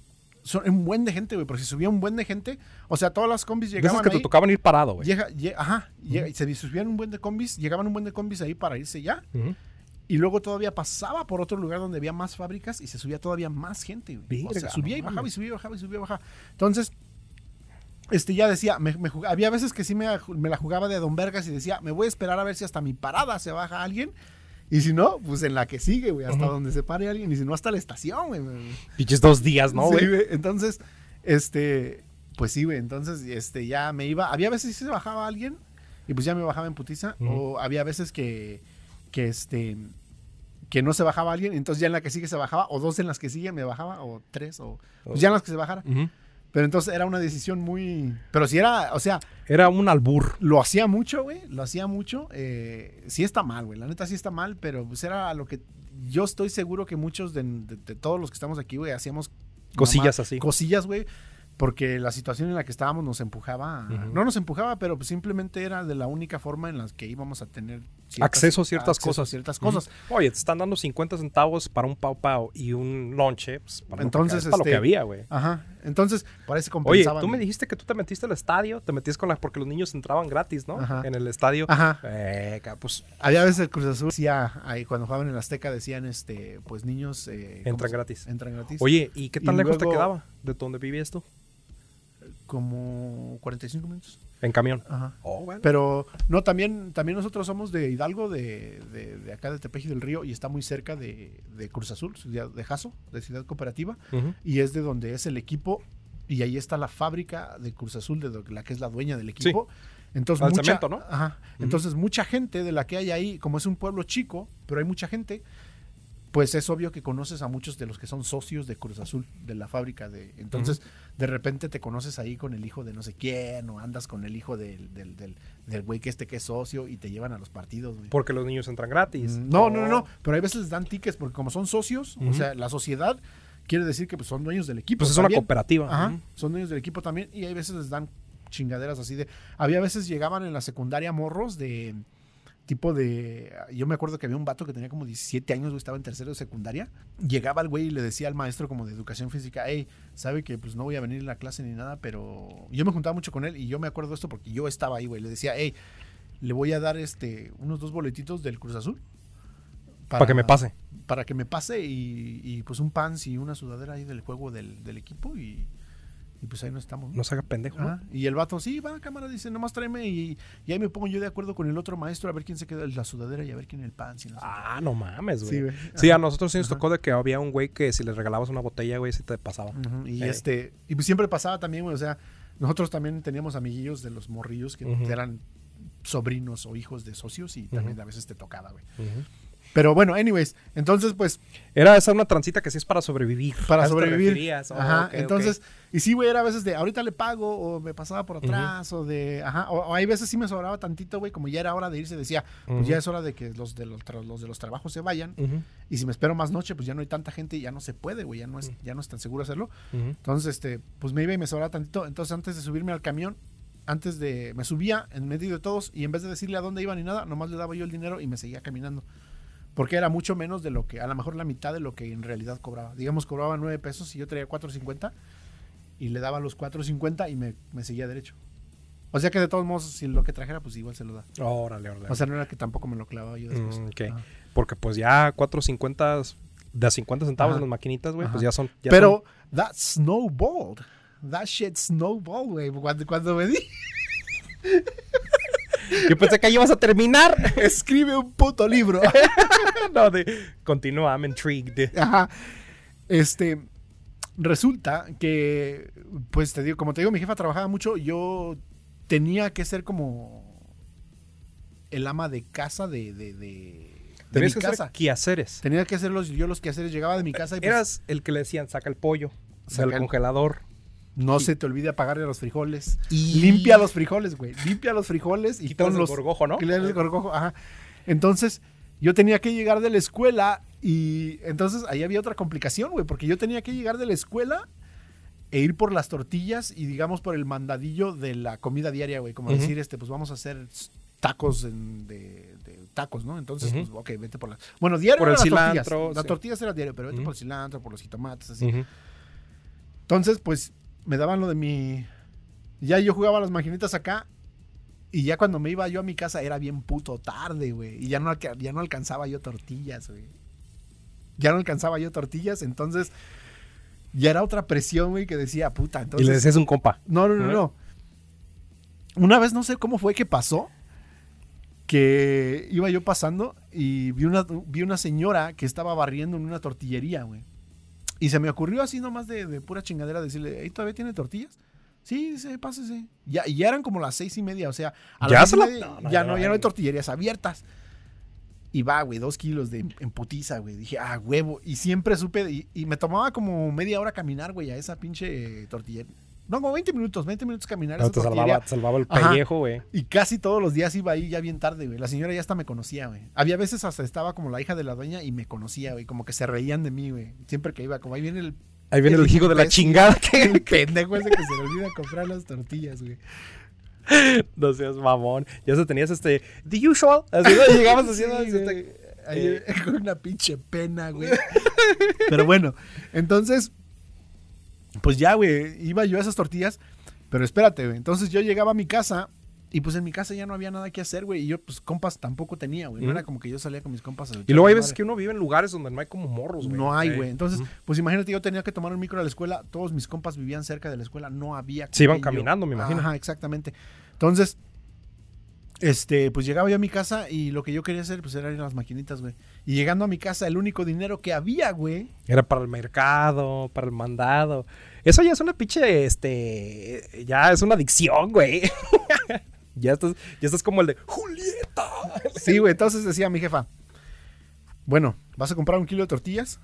son un buen de gente, güey. Porque si subía un buen de gente, o sea, todas las combis De esas llegaban que ahí. te pues. tocaban ir parado, güey. llega- lle- ajá, llega- y se subían un buen de combis, llegaban un buen de combis ahí para irse ya. Ujú. Y luego todavía pasaba por otro lugar donde había más fábricas y se subía todavía más gente, güey. O sea, Verga, subía y no bajaba y mames. subía y bajaba y subía y bajaba. Entonces, este ya decía, me, me jug- había veces que sí me, la ju- me la jugaba de Don Vergas y decía, me voy a esperar a ver si hasta mi parada se baja alguien. Y si no, pues en la que sigue, güey, hasta Ujú. donde se pare alguien. Y si no, hasta la estación, güey. me- Pinches dos días, pues, ¿no, Sí, güey? güey. Entonces, este, pues sí, güey. Entonces, este, ya me iba. Había veces que se bajaba alguien y pues ya me bajaba en putiza. Ujú. O había veces que, que este, que no se bajaba alguien. Entonces ya en la que sigue se bajaba. O dos en pues, las que sigue me bajaba. O tres. O pues ya en las que se bajara. Ujú. Pero entonces era una decisión muy... Pero si era, o sea, Era un albur. lo hacía mucho, güey. Lo hacía mucho. eh, sí está mal, güey. La neta sí está mal, pero pues era a lo que... Yo estoy seguro que muchos de, de- de todos los que estamos aquí, güey, hacíamos... Cosillas así. Cosillas, güey. Porque la situación en la que estábamos nos empujaba, a- Ujú. no nos empujaba, pero pues simplemente era de la única forma en la que íbamos a tener Acceso a ciertas acceso a cosas. Ciertas cosas. Oye, te están dando 50 centavos para un pau pau y un lonche. pues, para lo que- Entonces, para lo que este, había, güey. Ajá. Entonces, parece Oye, compensaba. tú me dijiste que tú te metiste al estadio, te metías con las porque los niños entraban gratis, ¿no? Ajá. En el estadio. Ajá. Eh, ca- pues Había veces el Cruz Azul decía, ahí, cuando jugaban en el Azteca decían, este, pues niños... eh, ¿cómo entran se- gratis. Entran gratis. Oye, ¿y qué tan Y lejos te luego- quedaba de donde vivías tú? Como 45 minutos. En camión. Ajá. Oh, bueno. Pero, no, también, también nosotros somos de Hidalgo, de, de- de acá de Tepeji del Río, y está muy cerca de, de Cruz Azul, ciudad- de Jaso, de Ciudad Cooperativa, Ujú. y es de donde es el equipo, y ahí está la fábrica de Cruz Azul, de do- la que es la dueña del equipo. Entonces, Al mucha, cemento, ¿no? ajá. Ujú. Entonces, mucha gente de la que hay ahí, como es un pueblo chico, pero hay mucha gente, pues es obvio que conoces a muchos de los que son socios de Cruz Azul, de la fábrica de... Entonces, de repente te conoces ahí con el hijo de no sé quién, o andas con el hijo del, del, del, del güey que este que es socio y te llevan a los partidos. güey. Porque los niños entran gratis. Mm, No, no, no, Oh. no, pero hay veces les dan tickets porque como son socios, o Ujú. sea, la sociedad quiere decir que pues, son dueños del equipo. Pues es está una bien. cooperativa. Ajá, Ujú. son dueños del equipo también y hay veces les dan chingaderas así de... Había veces llegaban en la secundaria morros de tipo de... Yo me acuerdo que había un vato que tenía como 17 años, güey, estaba en tercero de secundaria. Llegaba el güey y le decía al maestro como de educación física, hey, sabe que pues no voy a venir a la clase ni nada, pero yo me juntaba mucho con él y yo me acuerdo esto porque yo estaba ahí, güey. Le decía, hey, le voy a dar este unos dos boletitos del Cruz Azul. Para... que me pase. Para que me pase y, y, pues un pants y una sudadera ahí del juego del, del equipo y, y, pues ahí no estamos. ¿no? No se haga pendejo. ¿no? Ajá. Y el vato, sí, va, cámara, dice, nomás tráeme y, y ahí me pongo yo de acuerdo con el otro maestro a ver quién se queda en la sudadera y a ver quién el pants. Y no sé qué. Ah, no mames, güey. Sí, güey. Sí, a nosotros sí nos tocó de que había un güey que si le regalabas una botella, güey, se te pasaba. Ujú, Y Eh. este, y pues siempre pasaba también, güey, o sea, nosotros también teníamos amiguillos de los morrillos que Ujú. eran sobrinos o hijos de socios y también a veces te tocaba, güey. Ujú. Pero bueno, anyways, entonces pues Era esa una transita que sí es para sobrevivir. A para eso te sobrevivir. referías. Oh, Ajá, ok, ok. entonces, y sí, güey, era a veces de ahorita le pago o me pasaba por atrás o de, ajá, o, o hay veces sí me sobraba tantito, güey, como ya era hora de irse, decía, pues Ujú. ya es hora de que los de los, tra- los de los trabajos se vayan Ujú, y si me espero más noche, pues ya no hay tanta gente y ya no se puede, güey, ya no es ya no es tan seguro hacerlo. ujú. Entonces, este, pues me iba y me sobraba tantito. Entonces, antes de subirme al camión, antes de. Me subía en medio de todos y en vez de decirle a dónde iba ni nada, nomás le daba yo el dinero y me seguía caminando. Porque era mucho menos de lo que. A lo mejor la mitad de lo que en realidad cobraba. Digamos, cobraba 9 pesos y yo traía 4.50 y le daba los 4.50 y me, me seguía derecho. O sea que de todos modos, si lo que trajera, pues igual se lo da. Órale, órale. O sea, no era que tampoco me lo clavaba yo después. Ah. Mm, ok. Ajá. Porque pues ya 4.50 de a 50 centavos Ajá. en las maquinitas, güey, pues Ajá. ya son. ya Pero, that snowballed. That shit snowballed, güey. Cuando, cuando me di. son- Yo pensé que ahí ibas a terminar. Escribe un puto libro. no, de. Continúa, I'm intrigued. Ajá. Este, resulta que, pues te digo, como te digo, mi jefa trabajaba mucho, yo tenía que ser como el ama de casa de, de, de, de mi Tenías que casa. hacer quehaceres. Tenía que hacer los, yo los quehaceres, llegaba de mi casa y pues, Eras el que le decían, saca el pollo Saca del el- congelador. no se te olvide apagarle los frijoles. Limpia los frijoles, güey. Limpia los frijoles y pon Quítales el los, gorgojo, ¿no? Eh. que le den el gorgojo, ajá. Entonces, yo tenía que llegar de la escuela y entonces ahí había otra complicación, güey, porque yo tenía que llegar de la escuela e ir por las tortillas y digamos por el mandadillo de la comida diaria, güey, como Ujú. decir, este, pues vamos a hacer s- tacos en- de, de tacos, ¿no? Entonces, Ujú. pues, ok, vete por las... Bueno, diario Por el eran las cilantro, tortillas. Las sí. tortillas eran diario, pero vete Ujú. por el cilantro, por los jitomates, así. Ujú. Entonces, pues me daban lo de mi. Ya yo jugaba las maquinitas acá. Y ya cuando me iba yo a mi casa era bien puto tarde, güey. Y ya no, alca- ya no alcanzaba yo tortillas, güey. Ya no alcanzaba yo tortillas. Entonces, ya era otra presión, güey, que decía, puta. Y Entonces, le decías un compa. no, no, no, no. Una vez no sé cómo fue que pasó. Que iba yo pasando y vi una, vi una señora que estaba barriendo en una tortillería, güey. Y se me ocurrió así nomás de, de pura chingadera decirle, ¿ahí todavía tiene tortillas? Sí, dice, pásese. Ya, y ya eran como las seis y media, o sea, a ¿Ya las se seis y media la- no, no, ya ya no, no ya no hay. hay tortillerías abiertas. Y va, güey, dos kilos de en putiza, güey. Dije, ah, huevo. Y siempre supe, y, y me tomaba como media hora caminar, güey, a esa pinche eh, tortillería no, como 20 minutos, 20 minutos caminar. No, esa te salvaba, tortillería. te salvaba el Ajá. pellejo, güey. Y casi todos los días iba ahí ya bien tarde, güey. La señora ya hasta me conocía, güey. Había veces hasta estaba como la hija de la dueña y me conocía, güey. Como que se reían de mí, güey. Siempre que iba, como ahí viene el, Ahí viene El el hijo de la imbécil. chingada que el pendejo ese que se le olvida comprar las tortillas, güey. No seas mamón. Ya se tenías este. The usual. Así ¿no? llegabas Sí, haciendo. eh. sí, así, ahí, con una pinche pena, güey. Pero bueno, entonces, pues ya, güey, iba yo a esas tortillas, pero espérate, güey. Entonces yo llegaba a mi casa y pues en mi casa ya no había nada que hacer, güey. Y yo, pues compas tampoco tenía, güey. No Ujú. era como que yo salía con mis compas. a Y luego hay echar veces desmadre. que uno vive en lugares donde no hay como morros, güey. No hay, Sí. güey. Entonces, Ujú. pues imagínate, yo tenía que tomar un micro a la escuela. Todos mis compas vivían cerca de la escuela. No había. con Se iban quién yo- caminando, me imagino. Ajá, exactamente. Entonces, este, pues llegaba yo a mi casa y lo que yo quería hacer, pues era ir a las maquinitas, güey. Y llegando a mi casa, el único dinero que había, güey. Era para el mercado, para el mandado. Eso ya es una pinche, este, ya es una adicción, güey. ya, estás, ya estás como el de Julieta. Sí, güey. Entonces decía mi jefa, bueno, vas a comprar un kilo de tortillas,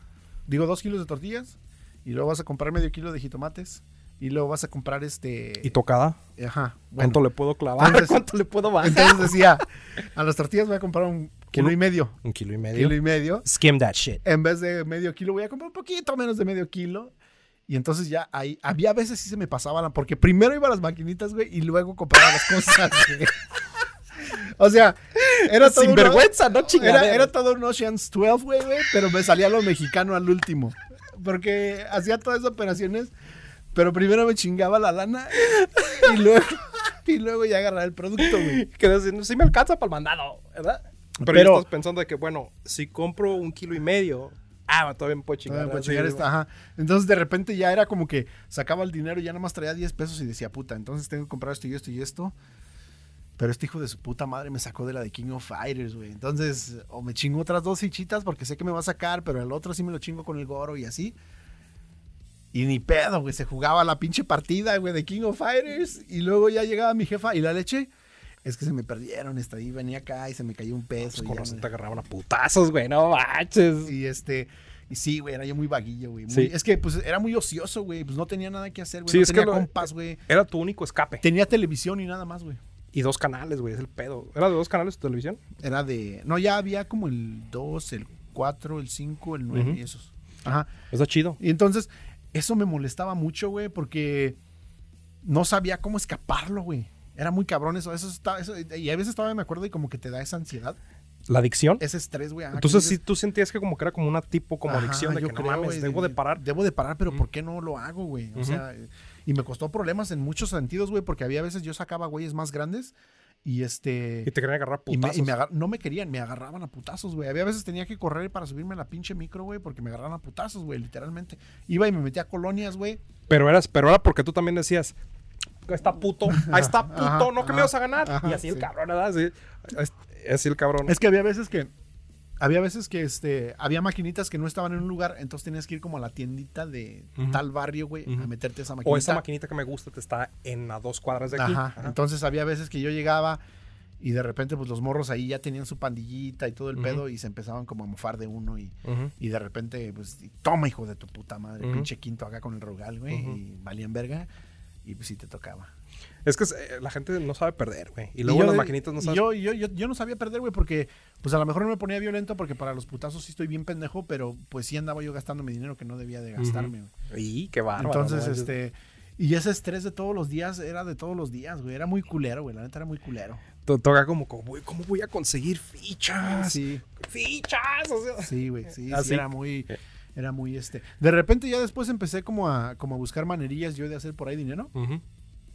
digo dos kilos de tortillas, y luego vas a comprar medio kilo de jitomates, y luego vas a comprar este. Y tocada. Ajá. ¿Cuánto le puedo clavar? Entonces- ¿Cuánto le puedo bajar? Entonces decía, a las tortillas voy a comprar un kilo y medio. Un kilo y medio. Kilo y medio. Skim that shit. En vez de medio kilo, voy a comprar un poquito menos de medio kilo. Y entonces ya ahí, había veces sí se me pasaba la, porque primero iba a las maquinitas, güey, y luego compraba las cosas, güey. O sea, era todo Sin vergüenza, no una- chingaderas. era, era todo un Ocean's 12, güey, güey, pero me salía lo mexicano al último. Porque hacía todas esas operaciones, pero primero me chingaba la lana y luego, y luego ya agarraba el producto, güey. que decir, sí me alcanza para el mandado, ¿verdad? Pero, ya Pero- estás pensando de que, bueno, si compro un kilo y medio, ah, todavía me puedo Todavía chingar. me puedo así, chingar güey. esta, ajá. Entonces de repente ya era como que sacaba el dinero y ya nada más traía 10 pesos y decía, puta, entonces tengo que comprar esto y esto y esto. Pero este hijo de su puta madre me sacó de la de King of Fighters, güey. Entonces, o me chingo otras dos fichitas porque sé que me va a sacar, pero el otro sí me lo chingo con el goro y así. Y ni pedo, güey. Se jugaba la pinche partida, güey, de King of Fighters. Y luego ya llegaba mi jefa y la leche. Es que se me perdieron, esta ahí venía acá y se me cayó un Pues peso. y con ya razón me- te agarraban a putazos, güey, no manches. y este, y sí, güey, era yo muy vaguillo, güey. muy- Sí. Es que pues era muy ocioso, güey. Pues no tenía nada que hacer, güey. Sí, no es que tenía lo- compas, güey. Era tu único escape. Tenía televisión y nada más, güey. Y dos canales, güey, es el pedo. ¿Era de dos canales tu televisión? Era de. No, ya había como el 2, el 4, el 5, el 9 Ujú. y esos. Ajá. Está chido. Y entonces, eso me molestaba mucho, güey, porque no sabía cómo escaparlo, güey. Era muy cabrón eso. eso, está, eso y a veces todavía me acuerdo y como que te da esa ansiedad, ¿La adicción? ese estrés, güey. ajá, ah, que Entonces dices, sí, tú sentías que como que era como una tipo como Ajá, adicción de yo que no creo, mames, güey, debo de parar. Debo de parar, pero Ujú. ¿por qué no lo hago, güey? O Ujú. sea, eh, y me costó problemas en muchos sentidos, güey, porque había veces yo sacaba güeyes más grandes y este... Y te querían agarrar Y me, putazos. y me agar- no me querían, me agarraban a putazos, güey. Había veces tenía que correr para subirme a la pinche micro, güey, porque me agarraban a putazos, güey, literalmente. Iba y me metía a colonias, güey. Pero eras, pero era porque tú también decías, ahí está puto, ahí está puto, Ajá, no que ajá, me vas a ganar. ajá, y así el sí. cabrón, ¿verdad? Así, es- así el cabrón. Es que había veces que... Había veces que este, había maquinitas que no estaban en un lugar, entonces tenías que ir como a la tiendita de Ujú. tal barrio, güey, a Ujú. meterte esa maquinita. O esa maquinita que me gusta te está en a dos cuadras de aquí. Ajá. Ajá. Entonces había veces que yo llegaba y de repente pues los morros ahí ya tenían su pandillita y todo el Ujú. pedo y se empezaban como a mofar de uno y, Ujú. y de repente pues y toma hijo de tu puta madre, Ujú. pinche quinto acá con el rogal, güey, Ujú. y valían verga y pues sí te tocaba. Es que eh, la gente no sabe perder, güey. Y luego yo en las de- maquinitas no y sabes. Yo, yo, yo, yo no sabía perder, güey, porque pues a lo mejor no me ponía violento porque para los putazos sí estoy bien pendejo, pero pues sí andaba yo gastando mi dinero que no debía de gastarme, güey. Y qué bárbaro. Entonces, no manches. este... Y ese estrés de todos los días era de todos los días, güey. Era muy culero, güey. La neta era muy culero. To- Toca como, como, güey, ¿cómo voy a conseguir fichas? Sí. Fichas. O sea, Sí, güey, sí, sí, Así. era muy, Eh. era muy este. De repente ya después empecé como a, como a buscar manerillas yo de hacer por ahí dinero. Ujú,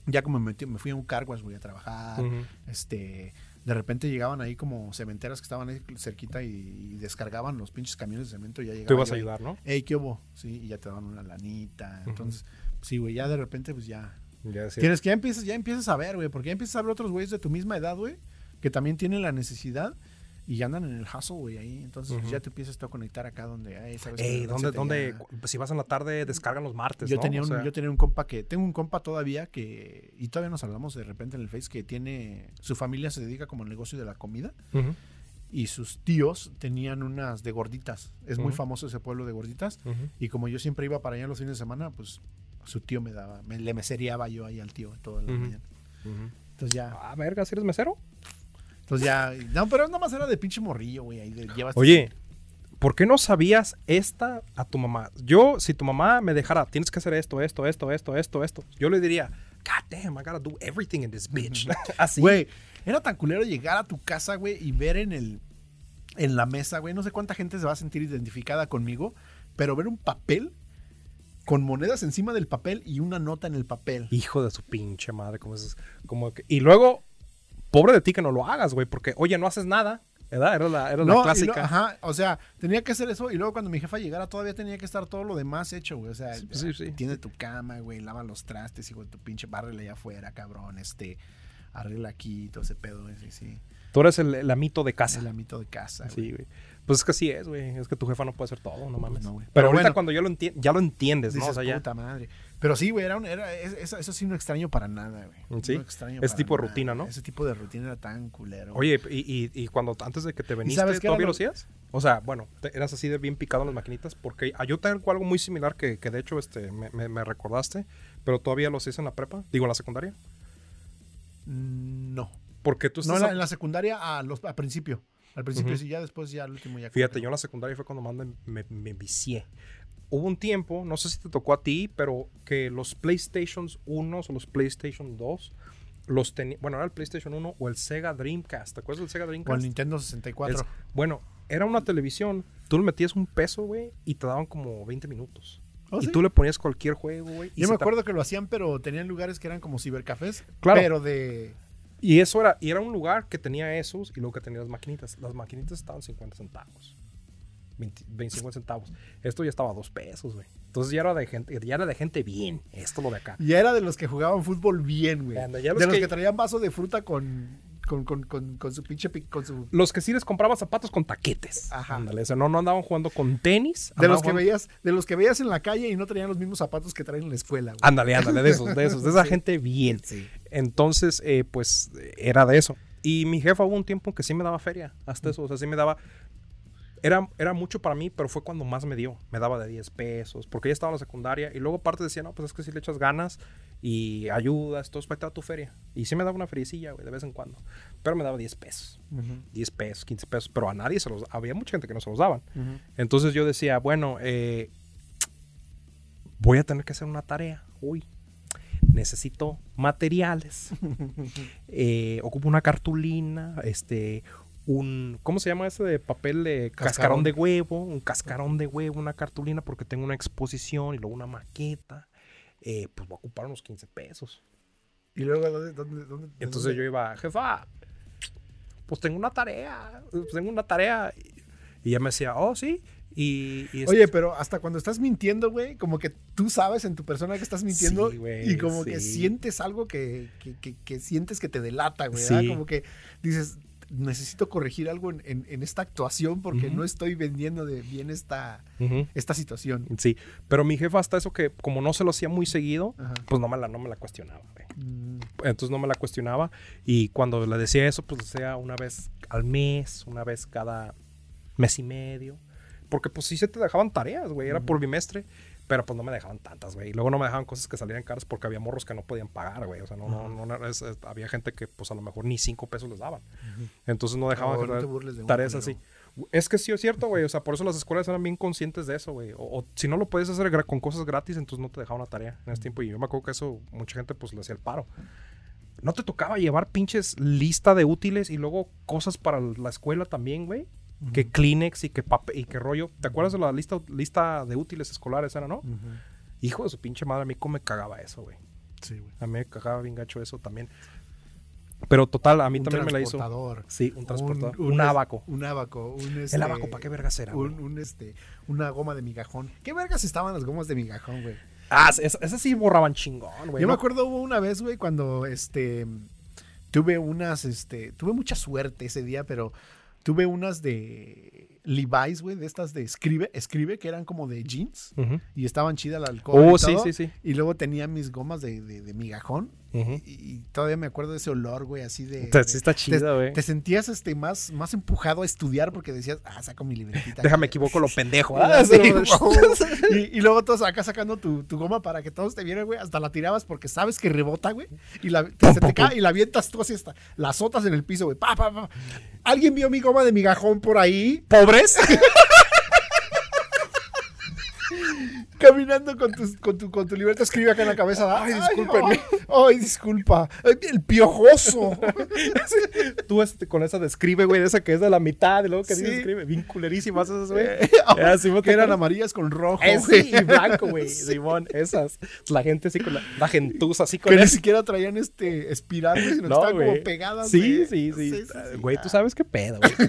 Ya como me, metí- me fui a un carguas, güey, a trabajar. ujú. Este, de repente llegaban ahí como cementeras que estaban ahí cerquita y, y descargaban los pinches camiones de cemento y ya llegaba Tú ibas yo a ahí, ayudar, ¿no? Ey, ¿qué hubo? Sí, y ya te daban una lanita. Ujú. Entonces, sí, güey, ya de repente pues ya. Ya decía, Tienes que ya empiezas, ya empiezas a ver, güey, porque ya empiezas a ver otros güeyes de tu misma edad, güey, que también tienen la necesidad y ya andan en el hustle, güey, ahí. Entonces pues, Ujú. ya te empiezas tú a conectar acá donde, ay, ¿sabes? que Ey, la noche ¿dónde, dónde? tenía- cu- Si vas en la tarde, descargan los martes. Yo, ¿no? tenía O un, sea, yo tenía un compa que, tengo un compa todavía que, y todavía nos hablamos de repente en el Face, que tiene, su familia se dedica como al negocio de la comida Ujú, y sus tíos tenían unas de gorditas. Es muy Ujú. famoso ese pueblo de gorditas ujú. y como yo siempre iba para allá los fines de semana, pues su tío me daba, me, le mesereaba yo ahí al tío toda la Ujú. mañana. Ujú. Entonces ya, Ah, verga, ¿si eres mesero? entonces ya, no, pero nada más era de pinche morrillo, güey, ahí de, llevas Oye, ¿por qué no sabías esta a tu mamá? Yo, si tu mamá me dejara, tienes que hacer esto, esto, esto, esto, esto, esto, yo le diría, God damn, I gotta do everything in this bitch. Así. Güey, era tan culero llegar a tu casa, güey, y ver en el en la mesa, güey, no sé cuánta gente se va a sentir identificada conmigo, pero ver un papel con monedas encima del papel y una nota en el papel. Hijo de su pinche madre, como es, como que- y luego, pobre de ti que no lo hagas, güey, porque, oye, no haces nada, ¿verdad? Era la, era No, y la lo- clásica. ajá, o sea, tenía que hacer eso y luego cuando mi jefa llegara todavía tenía que estar todo lo demás hecho, güey. O sea, Sí, pues sí, sí. tiende tu cama, güey, lava los trastes, hijo de tu pinche, bárrele allá afuera, cabrón, este, arregla aquí, todo ese pedo, güey, sí, sí. Tú eres el, el amito de Es casa. el amito de casa, güey. Sí, güey. Pues es que así es, güey. Es que tu jefa no puede hacer todo, no mames. no, güey. Pero, Pero ahorita bueno. cuando yo lo enti- ya lo entiendes, ¿no? Dices, O sea, ya. puta madre. Pero sí, güey, era un- era, es- eso, eso sí no extraño para nada, güey. Sí, No extraño ese para tipo de nada. rutina, ¿no? Ese tipo de rutina era tan culero. güey. Oye, y, y- y cuando antes de que te veniste, sabes qué era ¿todavía lo- lo hacías? O sea, bueno, te- eras así de bien picado en las maquinitas, porque ah, yo tengo algo muy similar que, que de hecho este, me, me- me recordaste, pero todavía lo hacías en la prepa, digo en la secundaria, Mm, No. porque tú No, estás... en a- la, en la secundaria a, los, a principio. Al principio Ujú. sí, ya después ya al último ya. Fíjate, yo en la secundaria fue cuando más me, me, me vicié. Hubo un tiempo, no sé si te tocó a ti, pero que los PlayStations 1 o los PlayStation 2 los tenía, bueno, era el PlayStation 1 o el Sega Dreamcast, ¿te acuerdas del Sega O el Dreamcast? Nintendo 64. Es- bueno, era una televisión. Tú le metías un peso, güey, y te daban como 20 minutos. Oh, y sí. tú le ponías cualquier juego, güey. y Yo se me te- acuerdo que lo hacían, pero tenían lugares que eran como cibercafés. Claro. Pero de. Y eso era, y era un lugar que tenía esos y luego que tenía las maquinitas. Las maquinitas estaban 50 centavos. 20 25 centavos. Esto ya estaba a 2 pesos, güey. Entonces ya era de gente, ya era de gente bien. Esto lo de acá. Y era de los que jugaban fútbol bien, güey. Anda, de ya los los que... que traían vaso de fruta con. Con, con, con, con su pinche. pic- Con su... Los que sí les compraba zapatos con taquetes. Ajá. Ándale, o sea, no, no andaban jugando con tenis. De andaban los, que jugando- veías, de los que veías en la calle y no tenían los mismos zapatos que traen en la escuela, güey. Ándale, ándale, de esos, de esos, de esa gente bien. Sí. Entonces, eh, pues era de eso. Y mi jefa hubo un tiempo que sí me daba feria, hasta eso, o sea, sí me daba... Era, era mucho para mí, pero fue cuando más me dio. Me daba de 10 pesos, porque ella estaba en la secundaria. Y luego aparte decía, no, pues es que si le echas ganas y ayudas, entonces va a estar tu feria. Y sí me daba una feriecilla, güey, de vez en cuando. Pero me daba 10 pesos, 10 pesos, 15 pesos, pero a nadie se los... Había mucha gente que no se los daban. Entonces yo decía, bueno, eh, voy a tener que hacer una tarea. Uy, necesito materiales. Eh, ocupo una cartulina, este, un, ¿cómo se llama ese de papel de Cascarón. cascarón de huevo? Un cascarón de huevo, una cartulina, porque tengo una exposición y luego una maqueta. Eh, pues voy a ocupar unos 15 pesos. Y luego, ¿dónde? dónde, dónde de Entonces yo dónde? iba, jefa, pues tengo una tarea, pues tengo una tarea. Y- Y ella me decía, oh, sí. Y, este, y Oye, pero hasta cuando estás mintiendo, güey, como que tú sabes en tu persona que estás mintiendo Sí, güey, y como que sí. sientes algo que, que, que- que sientes que te delata, güey. Sí. ¿verdad? Como que dices, necesito corregir algo en, en- en esta actuación porque Ujú. no estoy vendiendo de bien esta, Ujú. esta situación. Sí, pero mi jefa hasta eso que como no se lo hacía muy seguido, Ajá. pues no me la, no me la cuestionaba. güey. Mm, Entonces no me la cuestionaba y cuando le decía eso, pues decía una vez al mes, una vez cada mes y medio. Porque pues sí se te dejaban tareas, güey, era por bimestre, pero pues no me dejaban tantas, güey. Y luego no me dejaban cosas que salieran caras porque había morros que no podían pagar, güey. O sea, no, no, no, es- es- había gente que pues a lo mejor ni cinco pesos les daban. Entonces no dejaban no que- te burles de uno, tareas culero. así. Es que sí es cierto, güey. O sea, por eso las escuelas eran bien conscientes de eso, güey. O, o si no lo puedes hacer gra- con cosas gratis, entonces no te dejaban la tarea en ese tiempo. Y yo me acuerdo que eso mucha gente pues le hacía el paro. No te tocaba llevar pinches lista de útiles y luego cosas para la escuela también, güey. Que Kleenex y que pape- y que rollo. ¿Te acuerdas de la lista, lista de útiles escolares era, no? Ujú. Hijo de su pinche madre, a mí cómo me cagaba eso, güey. Sí, güey. A mí me cagaba bien gacho eso también. Pero total, a mí Un también me la hizo. transportador, Sí, un transportador. Un, es- abaco. Un abaco. Un ¿El este, abaco para qué vergas era? güey? un, un, este, una goma de migajón. ¿Qué vergas estaban las gomas de migajón, güey? Ah, es- esas sí borraban chingón, güey. Yo me ¿no? acuerdo hubo una vez, güey, cuando este tuve unas, este, tuve mucha suerte ese día, pero tuve unas de Levi's, güey, de estas de escribe, escribe, que eran como de jeans Ujú. y estaban chidas la alcohol. Oh, y sí, todo, sí, sí. Y luego tenía mis gomas de, de- de migajón Ujú. Y todavía me acuerdo de ese olor, güey, así de... Está- de- sí está te, chido, güey. te sentías este, más, más empujado a estudiar porque decías, ah, saco mi libretita. Déjame aquí". equivoco lo pendejo. Ah, Ah, sí. pero- y, y luego todos acá sacando tu, tu goma para que todos te vieran, güey. Hasta la tirabas porque sabes que rebota, güey. Y la, te- se te cae y la avientas tú así hasta. La azotas en el piso, güey. Pa, pa, pa. Alguien vio mi goma de mi gajón por ahí, ¿Pobres? caminando con, tus, con, tu, con tu libreta. Escribe acá en la cabeza. Ay, discúlpenme. Ay, ay, disculpa. Ay, El piojoso. Tú este, con esa describe, güey, de esa que es de la mitad, y luego que Sí. dice describe. Bien culerísimas esas, güey. Ah, sí, ¿no te que eran acuerdas? amarillas con rojo. Eh, güey. sí, y blanco, güey. Simón, esas. La gente así con la, la gentuza así con Que ni eso. siquiera traían este espiral, güey, sino que No, estaban como güey. pegadas. Sí, güey. sí, sí. sí, Güey, ah. tú sabes qué pedo, güey.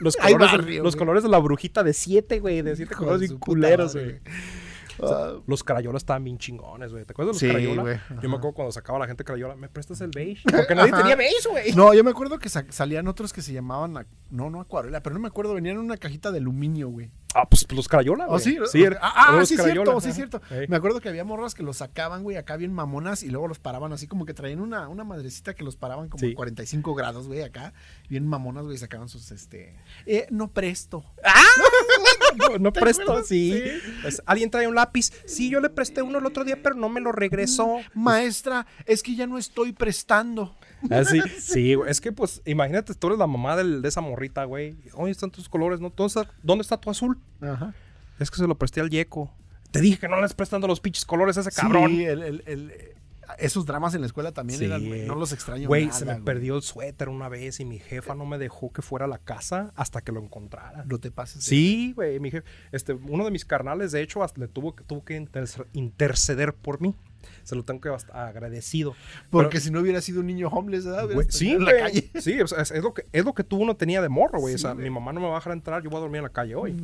Los Hay colores, de- barrio, los güey. colores de la brujita de siete, güey. De siete Hijo de colores su bien puta culeros, madre, güey. güey. Ah, Los crayolas estaban bien chingones, güey. ¿Te acuerdas de los Sí, crayolas? güey, Yo ajá. me acuerdo cuando sacaba la gente crayola, ¿me prestas el beige? Porque nadie Ajá. tenía beige, güey. No, yo me acuerdo que sa- salían otros que se llamaban, ac- no, no acuarela, pero no me acuerdo, venían en una cajita de aluminio, güey. Ah, pues los crayola, güey. ¿Oh, sí? era- ah, ah, los sí, Crayola, cierto, sí, ajá. cierto. Ey. Me acuerdo que había morras que los sacaban, güey, acá bien mamonas y luego los paraban así como que traían una, una madrecita que los paraban como Sí. a 45 grados, güey, acá, bien mamonas, güey, sacaban sus, este, eh, no presto. No, no ¿Te presto, acuerdas? sí. Pues, Alguien trae un lápiz. Sí, yo le presté uno el otro día, pero no me lo regresó. Maestra, es que ya no estoy prestando. Así, Ah, sí, güey. Es que, pues, imagínate, tú eres la mamá del- de esa morrita, güey. ¿Dónde están tus colores? No? ¿Dónde, está, dónde está tu azul? Ajá. Es que se lo presté al yeco. Te dije que no le estés prestando los pinches colores a ese cabrón. Sí, el- el- el- esos dramas en la escuela también Sí, eran, güey, güey. no los extraño Güey, nada, Eh. se me perdió el suéter una vez y mi jefa no me dejó que fuera a la casa hasta que lo encontrara. No te pases. de- Sí, güey, mi jefe, este, uno de mis carnales, de hecho, hasta le tuvo que, tuvo que interce- interceder por mí. Se lo tengo que bast- agradecido. Porque si no hubiera sido un niño homeless, ¿verdad? Güey, Hubieras sí, terminado Ah, en la güey. calle. Sí, o sea, es, es lo que, es lo que tú uno tenía de morro, güey. o Sí, sea, güey. mi mamá no me va a dejar entrar, yo voy a dormir en la calle hoy.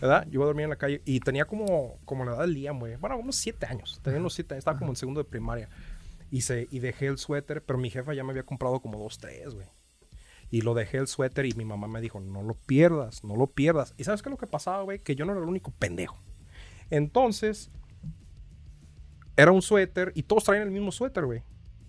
¿Verdad? Yo voy a dormir en la calle. Y tenía como, como la edad del Liam, güey. Bueno, unos siete años. Tenía unos siete años. Estaba como en segundo de primaria. Y, se, y dejé el suéter, pero mi jefa ya me había comprado como dos, tres, güey. Y lo dejé el suéter y mi mamá me dijo, no lo pierdas, no lo pierdas. ¿Y sabes qué es lo que pasaba, güey? Que yo no era el único pendejo. Entonces, era un suéter y todos traían el mismo suéter, güey.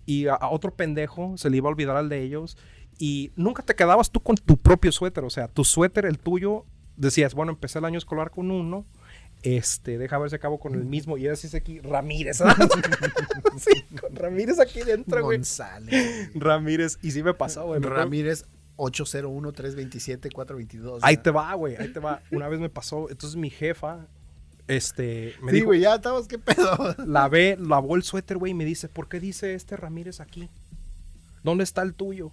Y a, a otro pendejo se le iba a olvidar al de ellos. Y nunca te quedabas tú con tu propio suéter. O sea, tu suéter, el tuyo, decías, bueno, empecé el año escolar con uno. Este, deja ver si acabo con el mismo. Y era así, aquí, Ramírez. ¿verdad? sí, con Ramírez aquí dentro, güey. González. güey. Ramírez. Y sí me pasó, güey. me acuerdo- Ramírez 801-327-422. Ahí ¿no? te va, güey. Ahí te va. Una vez me pasó. Entonces mi jefa, este, me Sí, dijo, güey, ya estamos, qué pedo. lavé, lavó el suéter, güey, y me dice, ¿por qué dice este Ramírez aquí? ¿Dónde está el tuyo?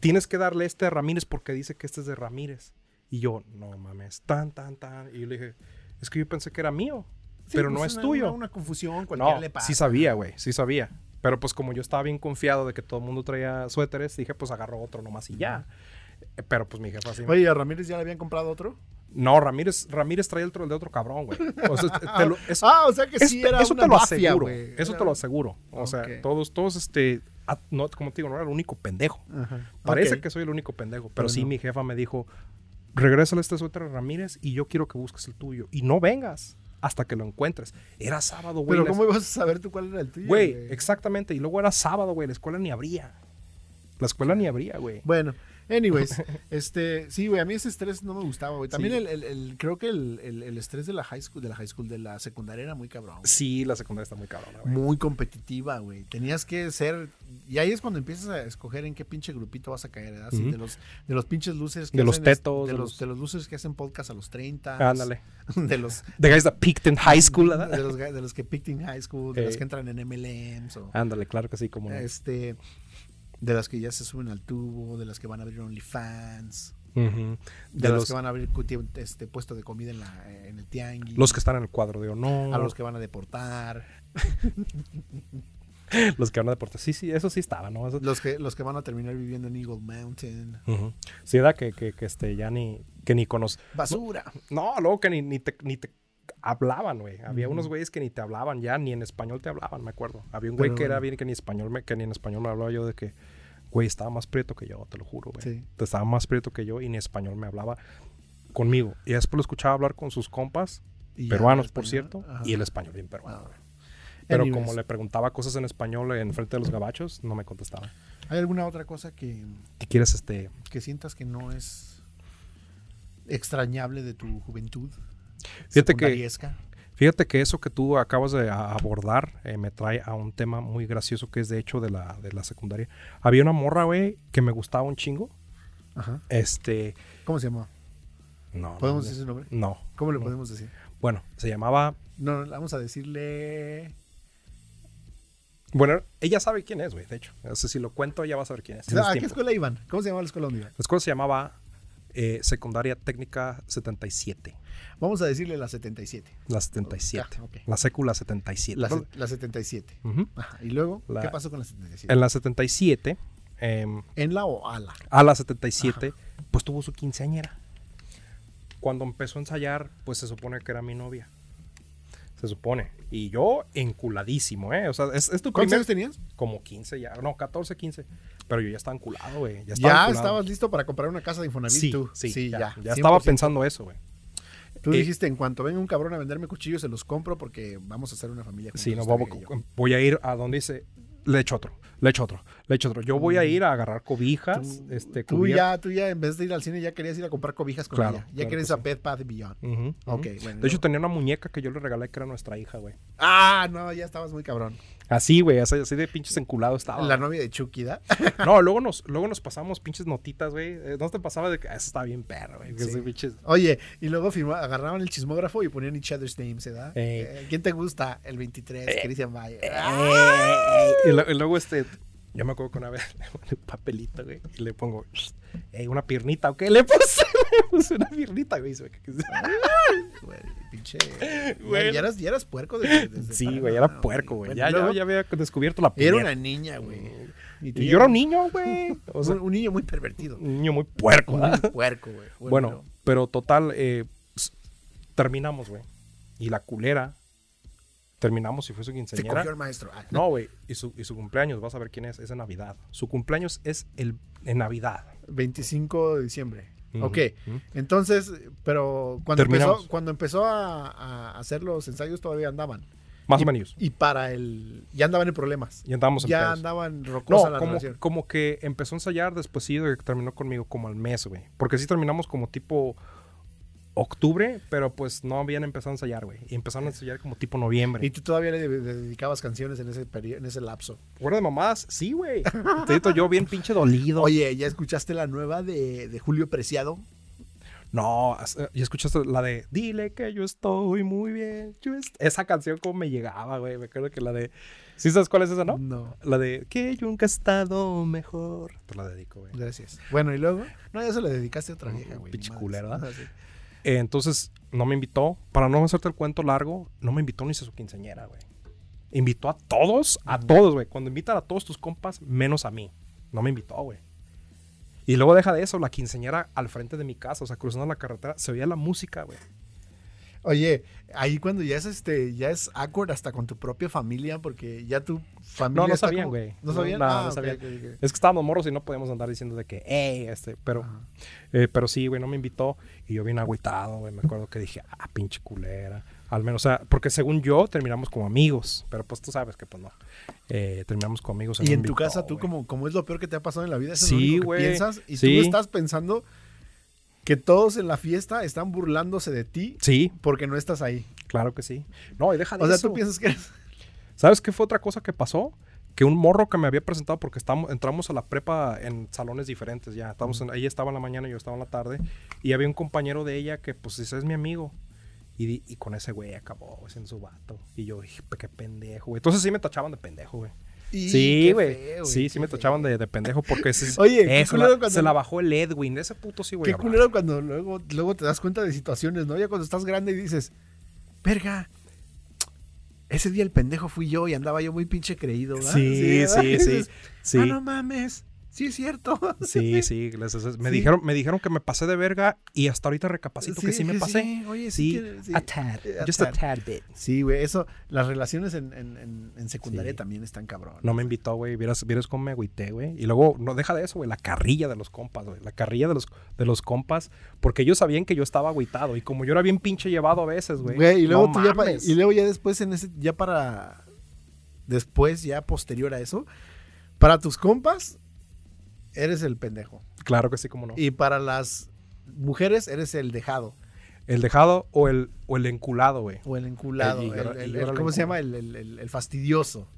Tienes que darle este a Ramírez porque dice que este es de Ramírez. Y yo, no mames, tan, tan, tan. Y yo le dije, es que yo pensé que era mío, Sí, pero pues, no es una- tuyo. Una, una confusión, cualquiera No, le pasa. sí sabía, güey, sí sabía. Pero pues como yo estaba bien confiado de que todo el mundo traía suéteres, dije, pues agarro otro nomás y ya. Eh, Pero pues mi jefa así me Oye, ¿y ¿a Ramírez ya le habían comprado otro? no, Ramírez, Ramírez traía el tro- el de otro cabrón, güey. O sea, te lo- es- ah, o sea que es- sí era eso una te lo mafia, aseguro. güey. Eso Era- te lo aseguro. O sea, Ok. todos, todos, este, a- no, como te digo, no era el único pendejo. Ajá. Parece Ok. que soy el único pendejo, pero Pero sí no. mi jefa me dijo, regrésale este suéter a Ramírez y yo quiero que busques el tuyo y no vengas hasta que lo encuentres. Era sábado, güey. Pero la- ¿cómo ibas a saber tú cuál era el tuyo? Güey, exactamente. Y luego era sábado, güey. La escuela ni abría. La escuela ni abría, güey. Bueno, anyways, este, sí, güey, a mí ese estrés no me gustaba, güey. También Sí. el, el- el- creo que el, el- el estrés de la high school, de la high school, de la secundaria era muy cabrón. güey. Sí, la secundaria está muy cabrona, güey. Muy competitiva, güey. Tenías que ser. Y ahí es cuando empiezas a escoger en qué pinche grupito vas a caer, ¿verdad? Sí, Ujú. de, los, de los pinches losers De los hacen es- tetos, De, de los, los- de los losers que hacen podcast a los 30. Ándale. De los, The guys that peaked in high school, ¿verdad? de los, ga- de los que picked in high school, de los Eh. que entran en MLMs o. Ándale, claro que sí, como no. Este. De las que ya se suben al tubo, de las que van a abrir OnlyFans. Ujú. De, los, que van a abrir cu- tie- este puesto de comida en, la, en el tianguis. los que están en el cuadro de honor, a los que van a deportar, los que van a deportes. Sí, sí, eso sí estaba, ¿no? Eso- los que, los que van a terminar viviendo en Eagle Mountain. Ujú. Sí, era que, que, que, este, ya ni, que ni conoce. Basura. No, luego que ni, ni, te, ni te hablaban, güey. Había Ujú. unos güeyes que ni te hablaban ya, ni en español te hablaban, me acuerdo. Había un güey Pero que era bueno. bien que ni español me, que ni en español me hablaba yo de que, güey, estaba más prieto que yo, te lo juro, güey. Sí. Te Estaba más prieto que yo y ni español me hablaba conmigo. Y después lo escuchaba hablar con sus compas, Y ya, peruanos, español. por cierto, Ajá. y el español bien peruano. Wow. Pero Anyways. como le preguntaba cosas en español en frente de los gabachos, no me contestaba. ¿Hay alguna otra cosa que, ¿Qué quieres este? que sientas que no es extrañable de tu juventud? Fíjate que- secundariesca? Fíjate que eso que tú acabas de a- abordar eh, me trae a un tema muy gracioso que es de hecho de la, de la secundaria. Había una morra, güey, que me gustaba un chingo. Ajá. Este, ¿Cómo se llama? no. ¿Podemos no, decir su nombre? No. ¿Cómo le no. podemos decir? Bueno, se llamaba. No, no, vamos a decirle. Bueno, ella sabe quién es, güey, de hecho. O sea, si lo cuento, ella va a saber quién es. Tienes ¿A Ah, qué tiempo. escuela iban? ¿Cómo se llamaba la escuela donde iban? La escuela se llamaba eh, Secundaria Técnica 77. Vamos a decirle la 77. La 77. Ah, ok. La sécula 77. La, se- la 77. Ujú. Ajá. ¿Y luego? Mm. La- ¿Qué pasó con la 77? En la 77, em, ¿En la o a la? a la 77, pues tuvo su quinceañera. Cuando empezó a ensayar, pues se supone que era mi novia. Se supone. Y yo enculadísimo, ¿eh? O sea, es, es tu ¿Cuántos primer... años tenías? Como 15 ya. No, 14, 15. Pero yo ya estaba enculado, güey. Ya Ya, estaba enculado. estabas listo para comprar una casa de Infonavit Sí, tú. sí, ya. Ya, 100%. estaba pensando eso, güey. Tú eh, dijiste, en cuanto venga un cabrón a venderme cuchillos, se los compro porque vamos a hacer una familia. Sí, no, juntos, vamos, dije yo. voy a ir a donde dice, le echo otro, le echo otro, le echo otro. Yo voy a ir a agarrar cobijas, Mm. Tú- este, Tú cubier- ya, tú ya, en vez de ir al cine, ya querías ir a comprar cobijas con Claro, ella. Ya claro querías que Mm. a Bed Bath Beyond. Ujú, ujú. Ok, bueno, De hecho, luego. tenía una muñeca que yo le regalé que era nuestra hija, güey. Ah, no, ya estabas muy cabrón. Así, güey, así, así de pinches enculado estaba. La novia de Chucky, ¿da? No, luego nos, luego nos pasamos pinches notitas, güey. Eh, No te pasaba de que "Ah, eso está bien perro, güey. que Sí. ese pinches- Oye, y luego firma- agarraban el chismógrafo y ponían each other's names, ¿verdad? Ey. Eh, ¿Quién te gusta? El 23, Eh. Christian Bayer. Y, lo- y luego este, yo me acuerdo que una vez le puse un papelito, güey, y le pongo, "Ey, una piernita, ¿o qué? Le puse, le puse una piernita, güey. y se ve que- Güey, pinche. Güey. Ya, eras, ya eras puerco desde, desde Sí, para- güey, no, era puerco, güey. Bueno, Ya, ya, luego, ya había descubierto la Era puerta. una niña, güey. Y yo era un niño, güey. O sea, un, un niño muy pervertido. un niño muy puerco. ¿verdad? Muy puerco, güey. Bueno, pero total, eh, s- terminamos, güey. Y la culera, terminamos y fue su Se cogió quinceañera. el maestro. Ah, No, güey, y su, y su cumpleaños, vas a ver quién es, es en Navidad. Su cumpleaños es el, en Navidad. 25 de diciembre. Ujú, Ok. ujú. Entonces, pero cuando Mm. Terminamos. empezó, cuando empezó a, a hacer los ensayos todavía andaban. Más Y- o menos. Y para el. Ya andaban en problemas. Y andábamos en ya pedos. andaban rocosa No, la como, relación. como que empezó a ensayar después sí de que terminó conmigo como al mes, güey. Porque sí terminamos como tipo octubre, pero pues no habían empezado a ensayar, güey. Y empezaron a ensayar como tipo noviembre. Y tú todavía le de- le dedicabas canciones en ese periodo, en ese lapso. ¿Fuera de mamadas? Sí, güey. Te digo, yo bien pinche dolido. Oye, ¿ya escuchaste la nueva de, de Julio Preciado? No, as- eh, ¿y escuchaste la de Dile que yo estoy muy bien? yo est-". Esa canción como me llegaba, güey. Me acuerdo que la de... ¿Sí sabes cuál es esa, Mm. no? La de Que yo nunca he estado mejor. Te la dedico, güey. Gracias. Bueno, y luego. No, ya se le dedicaste a otra vieja, güey. ni Pinche madres. culero, ¿verdad? Ah, sí. Eh, entonces, no me invitó. Para no hacerte el cuento largo, no me invitó ni a su quinceañera, güey. Invitó a todos, a todos, güey. Cuando invitan a todos tus compas, menos a mí. No me invitó, güey. Y luego deja de eso, la quinceañera al frente de mi casa, o sea, cruzando la carretera, se oía la música, güey. Oye, ahí cuando ya es este, ya es awkward hasta con tu propia familia, porque ya tu familia. No, no está sabían, como- güey. No sabían. No, no, Ah, no ok, sabían. ok, ok. Es que estábamos morros y no podíamos andar diciendo de que, hey, este, pero, Ajá. eh, pero sí, güey, no me invitó. Y yo bien agüitado, güey, me acuerdo que dije, ah, pinche culera. Al menos, o sea, porque según yo terminamos como amigos, pero pues tú sabes que pues no. Eh, terminamos como amigos. no Y me en tu invitó, casa, tú güey. como, como es lo peor que te ha pasado en la vida, eso Sí, es lo único güey. que piensas. Y Sí. tú estás pensando que todos en la fiesta están burlándose de ti Sí, porque no estás ahí. claro que sí. No, y deja de O sea, eso. tú piensas que eres- ¿Sabes qué fue otra cosa que pasó? Que un morro que me había presentado, porque estamos, entramos a la prepa en salones diferentes ya. Estamos en- ella estaba en la mañana, yo estaba en la tarde. Y había un compañero de ella que, pues, ese es mi amigo. Y, di- y con ese güey acabó, güey, siendo su vato. Y yo dije, "Pe- qué pendejo, güey. Entonces sí me tachaban de pendejo, güey. Y Sí, qué güey. feo, Sí, sí qué me feo. tachaban de, de pendejo porque ese es- Oye, qué eh, se, culero la, cuando- se la bajó el Edwin. Ese puto sí, güey. Qué culero cuando luego, luego te das cuenta de situaciones, ¿no? Ya cuando estás grande y dices, verga, ese día el pendejo fui yo y andaba yo muy pinche creído, ¿verdad? Sí, ¿verdad? sí, Y sí. dices, sí. Ah, no mames, sí es cierto. Sí, sí, les- les- me Sí. dijeron, me dijeron que me pasé de verga y hasta ahorita recapacito que sí me pasé. oye, sí. Sí, que- sí. a tad, a just a tad bit. Sí, güey, eso, las relaciones en, en- en- en secundaria Sí. también están cabrón. No me invitó, güey, vieras, vieras cómo me agüité, güey. Y luego, no deja de eso, güey, la carrilla de los compas, güey, la carrilla de los, de los compas, porque ellos sabían que yo estaba agüitado y como yo era bien pinche llevado a veces, güey. Güey, y luego no tú ya pa- mames. y luego ya después en ese ya para después, ya posterior a eso, para tus compas, eres el pendejo. Claro que sí, como no. Y para las mujeres, eres el dejado El dejado o el, o el enculado, güey. o el enculado. Y yo el- era- el- y yo el- era el ¿Cómo se enculado. llama? El, el- el- el fastidioso.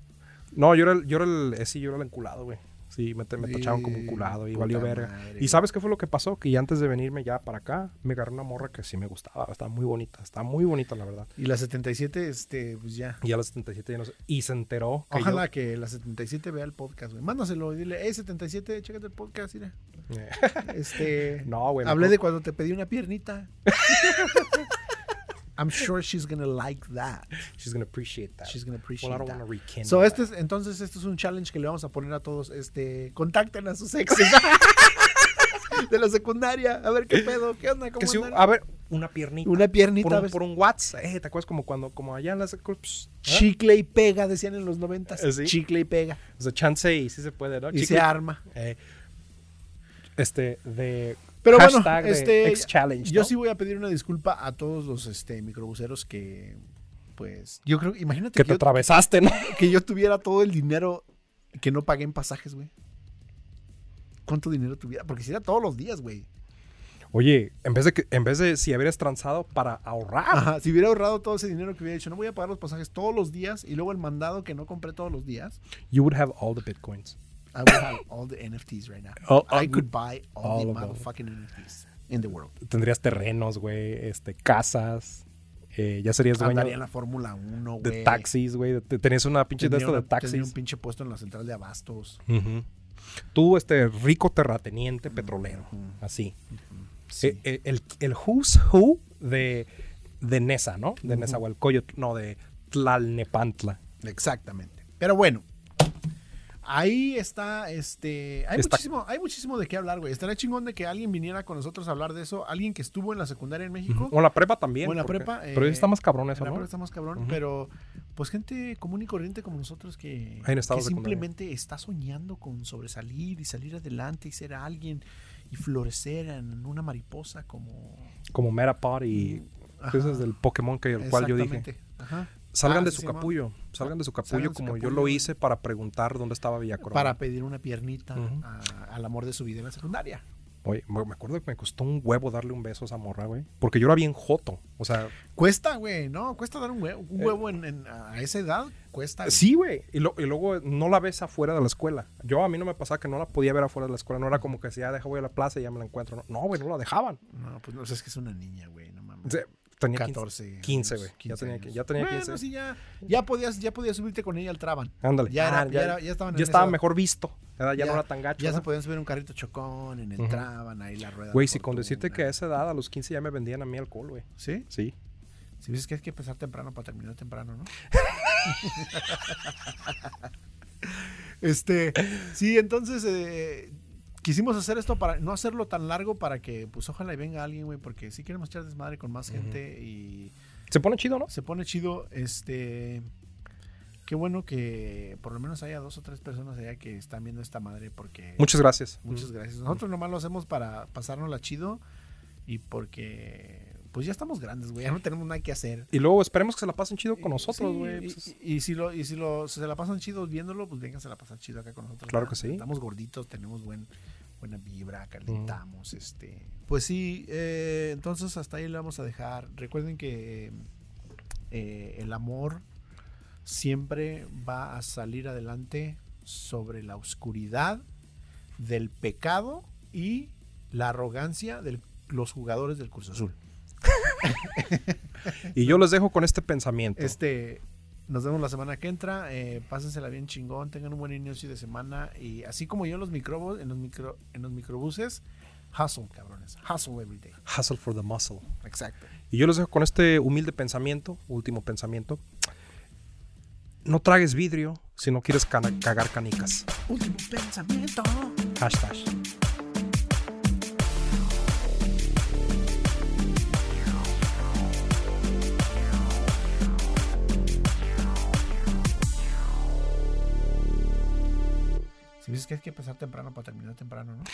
No, yo era el, yo era el, eh, sí, yo era el enculado, güey. Sí, me, te- me tacharon como Y- enculado y puta valió verga. madre. ¿Y sabes qué fue lo que pasó? Que ya antes de venirme ya para acá, me agarré una morra que sí me gustaba. Estaba muy bonita, estaba muy bonita, la verdad. Y la 77, este, pues ya. Y a los 77 ya no sé. Y se enteró que Ojalá que la 77 vea el podcast, güey. Mándaselo y dile, hey, 77, chécate el podcast, mira. yo- Este, Eh, no, güey. hablé de mejor- cuando te pedí una piernita. I'm sure she's gonna like that. She's gonna appreciate that. She's gonna Well, I appreciate don't wanna that. rekindle So, este that. es, entonces, este es un challenge que le vamos a poner a todos. Este, contacten a sus exes de la secundaria. A ver qué pedo, qué onda, cómo Que si- andan? a ver, una piernita. Una piernita. por, un, ¿ves? por un WhatsApp. Eh, ¿Te acuerdas como cuando, como allá en las... Pss, ¿eh? Chicle y pega, decían en los noventas. Eh, sí. Chicle y pega. O sea, chance y sí se puede, ¿no? Y Chicle- se arma. Eh, este, de... Pero bueno, hashtag de este, Ex Challenge, Yo ¿no? sí voy a pedir una disculpa a todos los este, microbuseros que, pues, yo creo, imagínate Que que te yo, atravesaste, ¿no? que yo tuviera todo el dinero que no pagué en pasajes, güey. ¿Cuánto dinero tuviera? Porque si era todos los días, güey. Oye, en vez de que, en vez de si hubieras transado para ahorrar, Ajá, si hubiera ahorrado todo ese dinero que hubiera dicho, no voy a pagar los pasajes todos los días y luego el mandado que no compré todos los días. you would have all the bitcoins. I would have all the NFTs right now. Oh, oh, I could buy all, all the of them. motherfucking NFTs in the world. Tendrías terrenos, güey, este, casas, eh, ya serías dueño Andaría en la Fórmula 1, güey. de taxis, güey. de- te- Tenías una pinche de Tendría esto de una- tendría un taxis. pinche puesto en la central de abastos. Ujú. Tú, este rico terrateniente petrolero, así. Sí. Eh, eh, el, el who's who de, de Nesa, ¿no? De Nezahualcóyotl, no, de Tlalnepantla. Exactamente. Pero bueno. Ahí está, este, hay Está- muchísimo, hay muchísimo de qué hablar, güey. Estaría chingón de que alguien viniera con nosotros a hablar de eso, alguien que estuvo en la secundaria en México. O en la prepa también. O en la porque- prepa, pero eh, ya está más cabrón En eso, la ¿no? prueba está más cabrón, pero pues gente común y corriente como nosotros que, Hay en estado que secundario. simplemente está soñando con sobresalir y salir adelante y ser alguien y florecer en una mariposa como Como Metapod y Mm, Ajá. cosas del Pokémon que el cual yo dije. Exactamente. Ajá. Salgan Ah, de sí su se llama. capullo, salgan de su Salgan capullo de su como yo capullo. lo hice para preguntar dónde estaba Villacrón. Para pedir una piernita Ujú. a- al amor de su vida en la secundaria. Oye, me me acuerdo que me costó un huevo darle un beso a esa morra, güey. Porque yo era bien joto. O sea, Cuesta, güey, ¿no? Cuesta dar un huevo, un huevo en, en- a esa edad. Cuesta. Eh, sí, güey. Y, lo- y luego no la ves afuera de la escuela. Yo a mí no me pasaba que no la podía ver afuera de la escuela. No era como que decía, "Ah, deja, voy a la plaza y ya me la encuentro. No, No, güey, no la dejaban. No, pues no, o sea, es que es una niña, güey, no O mames. sea, tenía 14. 14. 15, años, güey. Ya 15 tenía, años. ya tenía bueno, 15. sí, ya, ya, podías, ya podías subirte con ella al Traban. Ándale. Ya, era- Ah, ya, era- ya estaban en ya esa estaba edad. mejor visto. Ya, ya no era tan gacho. Ya se ¿no? podían subir un carrito chocón en el Ujú. Traban, ahí la rueda. de Güey, si con fortuna. decirte que a esa edad, a los 15 ya me vendían a mí alcohol, güey. ¿Sí? Sí. Si ves que hay que empezar temprano para terminar temprano, ¿no? este, sí, entonces eh, quisimos hacer esto para no hacerlo tan largo para que, pues, ojalá y venga alguien, güey, porque sí queremos echar desmadre con más gente y Se pone chido, ¿no? se pone chido. Este, qué bueno que por lo menos haya dos o tres personas allá que están viendo esta madre porque Muchas gracias. Muchas gracias. Nosotros nomás lo hacemos para pasárnosla chido y porque pues ya estamos grandes, güey. Ya no tenemos nada que hacer. Y luego esperemos que se la pasen chido con nosotros, Eh, Sí, güey. y- pues, y, y si lo, y si lo si se la pasan chido viéndolo, pues vengan a la pasar chido acá con nosotros. Claro ¿verdad? que sí. Estamos gorditos, tenemos buen, buena vibra, calentamos, Mm. este. Pues sí, eh, entonces hasta ahí lo vamos a dejar. Recuerden que eh, el amor siempre va a salir adelante sobre la oscuridad del pecado y la arrogancia de los jugadores del Curso Azul. Y yo les dejo con este pensamiento. Este, nos vemos la semana que entra. Eh, pásensela bien chingón, tengan un buen inicio de semana. Y así como yo en los microbos, en los micro, en los microbuses, hustle, cabrones. Hustle every day. Hustle for the muscle. Exacto. Y yo les dejo con este humilde pensamiento, último pensamiento. No tragues vidrio si no quieres cana- cagar canicas. Último pensamiento. Hashtag. Si dices que hay que empezar temprano para terminar temprano, ¿no?